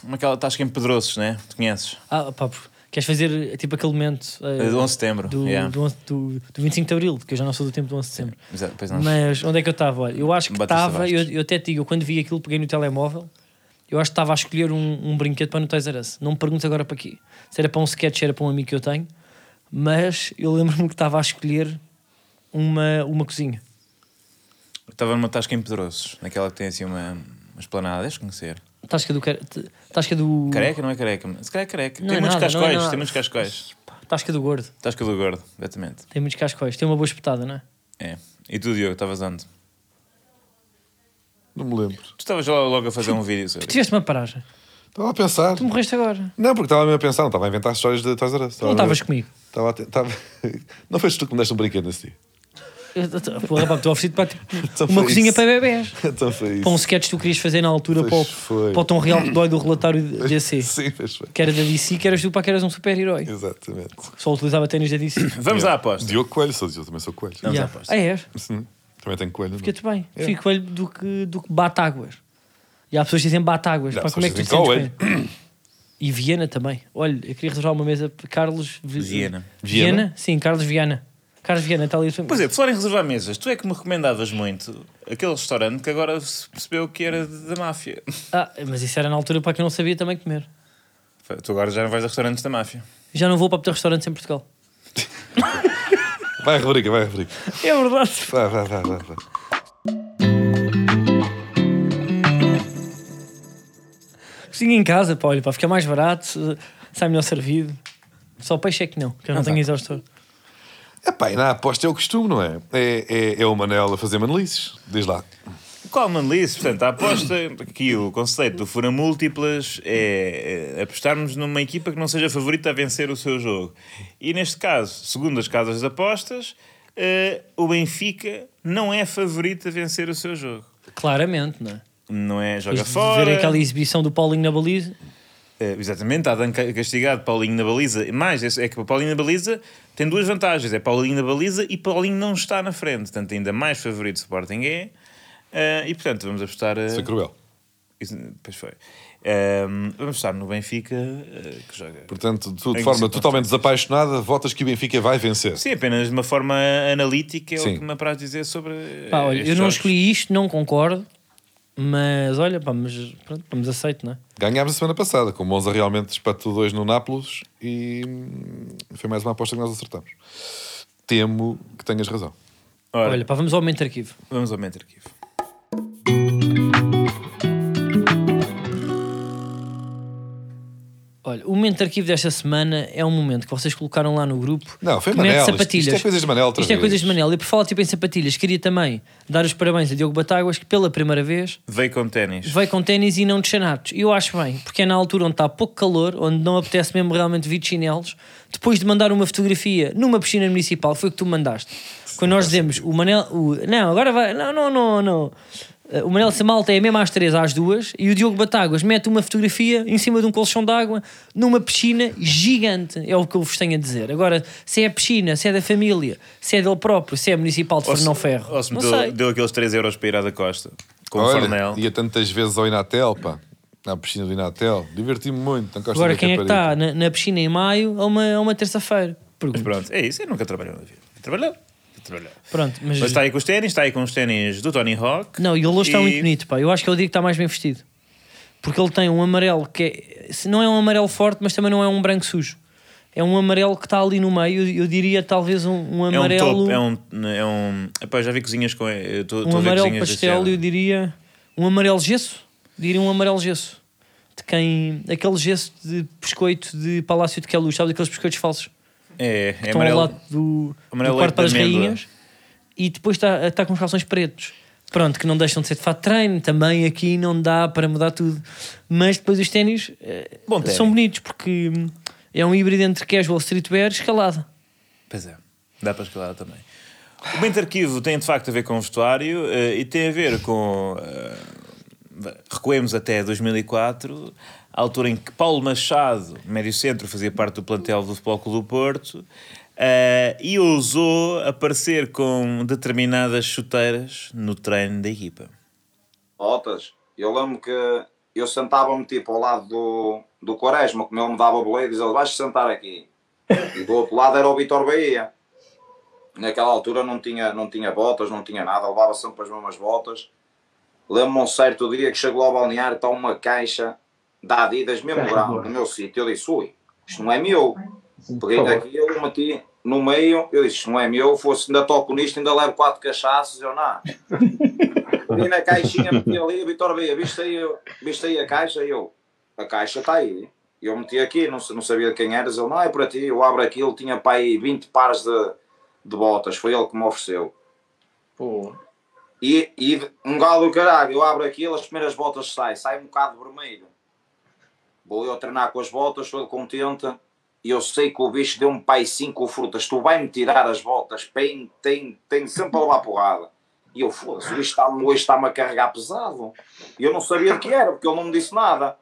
naquela Tasca em Pedroços, né? Tu conheces?
Ah, pá, por- queres fazer eh, tipo aquele momento eh,
É, do 11 de setembro,
do,
yeah.
do, 11 do- do 25 de Abril, que eu já não sou do tempo do 11 de Setembro.
Exato, eh, pois não.
Mas onde é que eu estava? Olha, eu acho que
Batista
estava, eu,
Bastos.
eu até te digo, eu quando vi aquilo, peguei no telemóvel, eu acho que estava a escolher um, um brinquedo para no Toys R Us. Não me perguntes agora para quê. Se era para um sketch, era para um amigo que eu tenho, mas eu lembro-me que estava a escolher uma, uma cozinha.
Eu estava numa Tasca em Pedroços, naquela que tem assim uma, uma esplanada, deixa conhecer.
Tasca do. car- t- Tasca do.
Careca, não é careca? mas- Se calhar é careca.
Não
tem
é
muitos
nada, não é
cascóis,
nada.
tem muitos cascóis.
Tasca do gordo.
Tasca do gordo, exatamente.
Tem muitos cascóis. Tem uma boa espetada, não é?
É. E tu, Diogo, estavas onde? Tu
Não me lembro.
estavas lá logo a fazer um vídeo sobre.
Tiveste uma paragem.
Estava a pensar.
Tu morreste agora.
Não, porque estava mesmo a pensar, não estava a inventar histórias de Toys R Us.
Não estavas comigo.
Estava a te- estava- Não foste tu que me deste um brinquedo nesse dia.
Eu- eu- Porra, pá, estou oferecido para tipo,
Então foi
uma cozinha
isso.
para bebés.
Então foi isso.
Para um sketch que tu querias fazer na altura para o,
Pois foi.
para o Tom Real que dói do relatório de- DC.
Sim, fez bem.
Que era da DC, que eras tu para que eras um super-herói.
Exatamente.
Só utilizava ténis da DC.
Vamos à aposta.
Diogo Coelho, sou Diogo, também sou Coelho.
Yeah. É. Ah, és?
Sim. Também tenho coelho. não?
Fica-te bem. Fico coelho do que, do que bate águas. E há pessoas que dizem bate águas.
Não,
Pá, como é que tu te
pessoas
sentes
dizem
com ele? E Viena também. Olha, eu queria reservar uma mesa para Carlos Vi-
Viena.
Viena.
Viena?
Sim, Carlos Viana. Carlos Viana está ali.
Pois é, por falar em reservar mesas, tu é que me recomendavas muito aquele restaurante que agora se percebeu que era de- da máfia.
Ah, mas isso era na altura para quem não sabia também comer.
Tu agora já não vais a restaurantes da máfia.
Já não vou para ter restaurantes em Portugal.
Vai, rubrica, vai, rubrica.
É verdade.
Vai, vai, vai, vai. vai.
Cozinha em casa, pá, olha, para ficar mais barato, eh, sai melhor servido. Só peixe é que não, que eu não, tenho exaustor.
Epá, e na aposta é o costume, não é? É, é, é o Manel a fazer manelices. Diz lá.
Qual é manelice? Portanto, a aposta, aqui o conceito do Fura Múltiplas é é apostarmos numa equipa que não seja favorita a vencer o seu jogo. E neste caso, segundo as casas de apostas, eh, o Benfica não é favorito a vencer o seu jogo.
Claramente, não é?
Não é? Joga
Depois de
fora.
ver aquela exibição do Paulinho na baliza,
Eh, exatamente, há Dan ca- castigado Paulinho na baliza. E Mais, é é que o Paulinho na baliza tem duas vantagens: é Paulinho na baliza e Paulinho não está na frente. Portanto, ainda mais favorito do Sporting é. Eh, e portanto, vamos apostar. eh,
Isso é cruel.
Isso, pois foi. Ahm, vamos estar no Benfica, eh, que joga.
Portanto, tu,
Em
de forma
circunstâncias.
totalmente desapaixonada, votas que o Benfica vai vencer.
Sim, apenas de uma forma analítica é
Sim.
o que me apraz dizer sobre. eh,
É,
pá, olha,
estes
eu não
jogos.
escolhi isto, não concordo, mas olha, pá, mas pronto, vamos aceito, não é?
Ganhámos a semana passada, com o Monza realmente espatou dois no Nápoles e hum, foi mais uma aposta que nós acertamos. Temo que tenhas razão.
Ora,
Olha, pá, vamos ao momento de arquivo.
vamos ao Mente Arquivo.
Olha, o momento de arquivo desta semana é um momento que vocês colocaram lá no grupo.
Não, foi
que mete
Manel. Isto-
Sapatilhas.
isto é coisas de Manel outra
Isto é
vez.
coisas de Manel. E por falar tipo em sapatilhas, queria também dar os parabéns a Diogo Batáguas, que pela primeira vez
Veio com ténis.
veio com ténis e não de chanatos. E eu acho bem, porque é na altura onde está pouco calor, onde não apetece mesmo realmente vir de chinelos, depois de mandar uma fotografia numa piscina municipal, foi o que tu mandaste. Quando nós dizemos, o Manel... O, não, agora vai... Não, não, não, não. Eh, O Manel Samalta é mesmo às três, às duas, e o Diogo Batáguas mete uma fotografia em cima de um colchão de água numa piscina gigante, é o que eu vos tenho a dizer. Agora, se é a piscina, se é da família, se é dele próprio, se é municipal de
Ou se-
Fernão Ferro,
Ou se me
não
deu,
sei.
deu aqueles 3 euros para ir à da Costa. Com um o
Olha,
Fornel.
ia tantas vezes ao Inatel, pá. Na piscina do Inatel. Diverti-me muito. na Costa
Agora,
da
quem é que
Caparica.
está na, na piscina em maio a uma, a uma terça-feira? Pergunto.
Mas pronto, é isso. Eu nunca trabalhei na vida. Trabalhou. Trabalhou.
Pronto, mas,
Mas está aí com os ténis, está aí com os ténis do Tony Hawk.
Não, e o Lourdes está
E-
muito bonito, pá. Eu acho que é o dia que está mais bem vestido. Porque ele tem um amarelo que é. se Não é um amarelo forte, mas também não é um branco sujo. É um amarelo que está ali no meio. Eu, eu diria talvez um, um
É um
amarelo.
topo, é um. É um epá, já vi cozinhas com. eh, eu Tô,
um
tô a ver
amarelo
cozinhas desse
pastel,
género.
eu diria. Um amarelo gesso? Diria um amarelo gesso. De quem. Aquele gesso de biscoito de Palácio de Queluz, sabe? Aqueles biscoitos falsos.
É, é
estão
amarelo.
ao lado do,
amarelo
do quarto
leite
para as
de amêndoa.
rainhas e depois está está com os calções pretos. Pronto, que não deixam de ser de fato de treino, também aqui não dá para mudar tudo. Mas depois os ténis eh,
Bom ténis.
são bonitos porque hum, é um híbrido entre casual streetwear e escalada.
Pois é, dá para escalar também. O momento de arquivo tem de facto a ver com o vestuário eh, e tem a ver com. eh, recuemos até 2004, a altura em que Paulo Machado, médio centro, fazia parte do plantel do Futebol Clube do Porto eh, e ousou aparecer com determinadas chuteiras no treino da equipa.
Otas, eu lembro que eu sentava-me tipo ao lado do, do Quaresma, como ele me dava boleia, dizia ele vais sentar aqui. E do outro lado era o Vitor Bahia. Naquela altura não tinha, não tinha botas, não tinha nada, levava sempre as mesmas botas. Lembro-me um certo dia que chegou ao balneário, está uma caixa da Adidas, mesmo grande, no meu sítio. Eu disse, ui, isto não é meu. Peguei daqui, eu meti no meio, eu disse, isto não é meu, fosse ainda toco nisto, ainda levo quatro cachaços, eu não. Vim na caixinha, meti ali, Vitor Bia, viste aí, eu- viste aí a caixa? E eu, a caixa está aí. Eu meti aqui, não, sa- não sabia de quem eras. Ele, não, é para ti. Eu abro aquilo, tinha para aí 20 pares de, de botas. Foi ele que me ofereceu. E, e um galo do caralho, eu abro aquilo, as primeiras botas saem, sai um bocado vermelho. Vou eu treinar com as botas, todo contente. E eu sei que o bicho deu-me pai cinco frutas. Tu vai-me tirar as botas, tem, tem, tem sempre a levar porrada. E eu, foda-se, o bicho está-me hoje está-me a carregar pesado. E eu não sabia o que era, porque ele não me disse nada.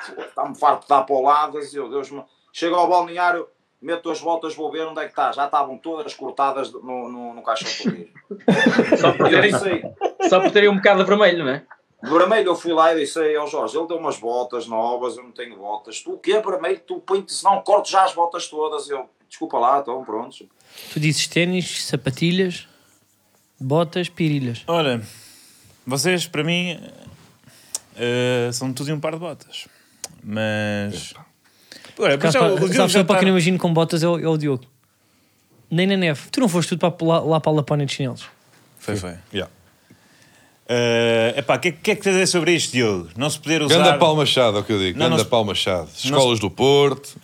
Foda-se, Está-me farto de dar pauladas, e eu, Deus me... Chego ao balneário, meto as botas, vou ver onde é que está. Já estavam todas cortadas no, no, no caixão do bicho.
Só por
Eu
terem,
disse aí,
só por terem um bocado de vermelho, não é?
Vermelho, eu fui lá e disse aí ao Jorge, ele deu umas botas novas, eu não tenho botas. Tu o quê, vermelho? Tu põe-te, senão corto já as botas todas. Eu, desculpa lá, então, estão prontos.
Tu dizes ténis, sapatilhas, botas, pirilhas.
Olha, vocês para mim eh, são tudo e um par de botas. Mas. Olha, mas
Cá
já
está-
o- o Diogo
Sabes
já
só para
tá-
que não imagino com botas é o, é o Diogo. Nem na neve. Tu não foste tudo para, lá, lá para a Lapónia de chinelos.
Foi, foi.
Yeah.
Eh, epá, o que, que é que tens a dizer sobre isto, Diogo? Não se poder usar.
Ganda Paulo Machado, é o que eu digo.
Não,
Ganda
nós-
Paulo Machado. Escolas do Porto.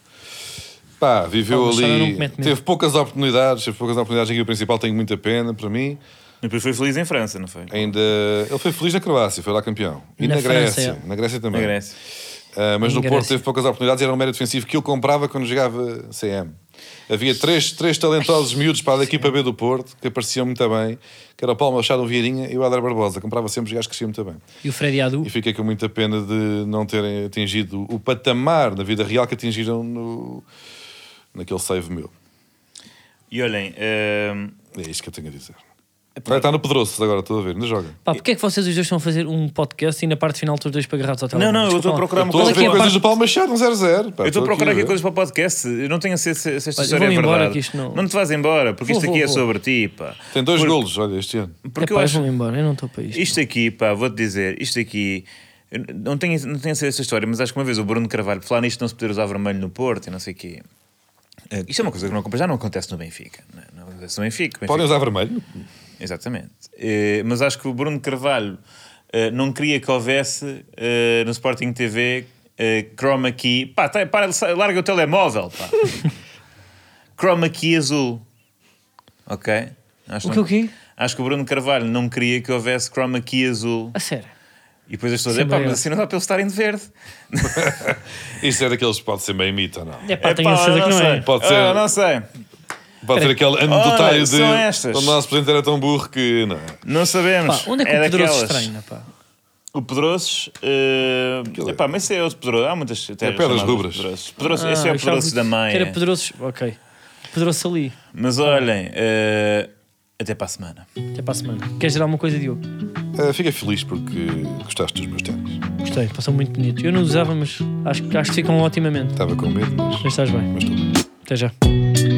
Pá, viveu
Paulo Machado não
ali.
comete mesmo.
Teve poucas oportunidades, teve poucas oportunidades aqui. O principal tenho muita pena para mim.
E Depois foi feliz em França, não foi?
Ainda. Ele foi feliz na Croácia, foi lá campeão. E
Na
na,
França,
Grécia.
é.
Na Grécia
Na
também.
Grécia.
Ah, mas
Na
no
Grécia.
Porto teve poucas oportunidades e era um mérito defensivo que eu comprava quando jogava CM. Havia três, três talentosos miúdos para a equipa B do Porto que apareciam muito bem, que era o Paulo Machado, o Vieirinha e o Adra Barbosa. Comprava sempre os gajos que cresciam muito bem.
E o Freddy Adu.
E fiquei com muita pena de não terem atingido o patamar na vida real que atingiram no, naquele save meu.
E olhem, eh,
É isto que eu tenho a dizer. Agora está no Pedroços, agora estou a ver, não joga.
Pá, porque é que vocês os dois estão a fazer um podcast e na parte final estão os dois para agarrados ao
não,
telemóvel?
não, eu estou a
Desculpa lá.
procurar uma
Estou
Qual
coisa.
a
é que
ver
é a
coisas
parte-
do Paulo Machado, um 0-0. pá,
Eu estou a procurar aqui
ver.
coisas para o podcast. Eu não tenho a certeza se esta
Olha,
história é
vou-me embora,
verdade.
que isto não-
não te vás embora, porque
Vou,
isto aqui
vou,
é
vou.
sobre ti, pá.
Tem dois
Porque-
golos, olha, este ano.
Porque
Epá,
eu acho.
vão embora, eu não estou para isto.
Isto aqui, pá, vou-te dizer, isto aqui. eu Não tenho, não tenho a ser essa história, mas acho que uma vez o Bruno Carvalho, falar nisto de não se poder usar vermelho no Porto e não sei o quê. Eh, Isto é uma coisa que não, acompa- já não acontece no Benfica. né? Não, acontece no Benfica. o Benfica-
Podem usar vermelho.
Exatamente. Eh, mas acho que o Bruno Carvalho eh, não queria que houvesse eh, no Sporting TV eh, chroma key. Pá, tá, para, sa- larga o telemóvel, pá. chroma key azul. Ok? Acho
O que, o
não-
quê?
Acho que o Bruno Carvalho não queria que houvesse chroma key azul.
A sério.
E depois as pessoas
Sim,
dizem, pá,
bem,
mas
eu-
assim não dá para eles estarem de verde.
Isso é daqueles que pode ser meio mito, ou não?
É pá, tenho
Epá,
a certeza que não
sei.
é.
Pode
Ah,
ser.
não sei.
Pode ser aquele
Olha,
anedotário de.
são estas.
O nosso presidente era tão burro que. Não é?
Não sabemos.
Pá, onde é que o Pedroso
daquelas.
estranha, pá?
O Pedroços. Uh,
Aquilo é-
epá, mas esse é o Pedroços. Há muitas terras
Pedras
chamadas
Rubras.
Pedroços. Pedroços-
Ah,
esse é
eu
o
achava
Pedroços da
que
Maia.
Era Pedroso, ok. Pedroso ali.
Mas olhem, eh, até para a semana.
Até para a semana. Queres gerar alguma coisa, Diogo?
Ah, fica feliz porque gostaste dos meus ténis.
Gostei, passou muito bonito. Eu não usava, mas acho, que- acho que ficam otimamente.
Estava com medo, mas.
Já estás bem.
mas tudo bem.
Até já.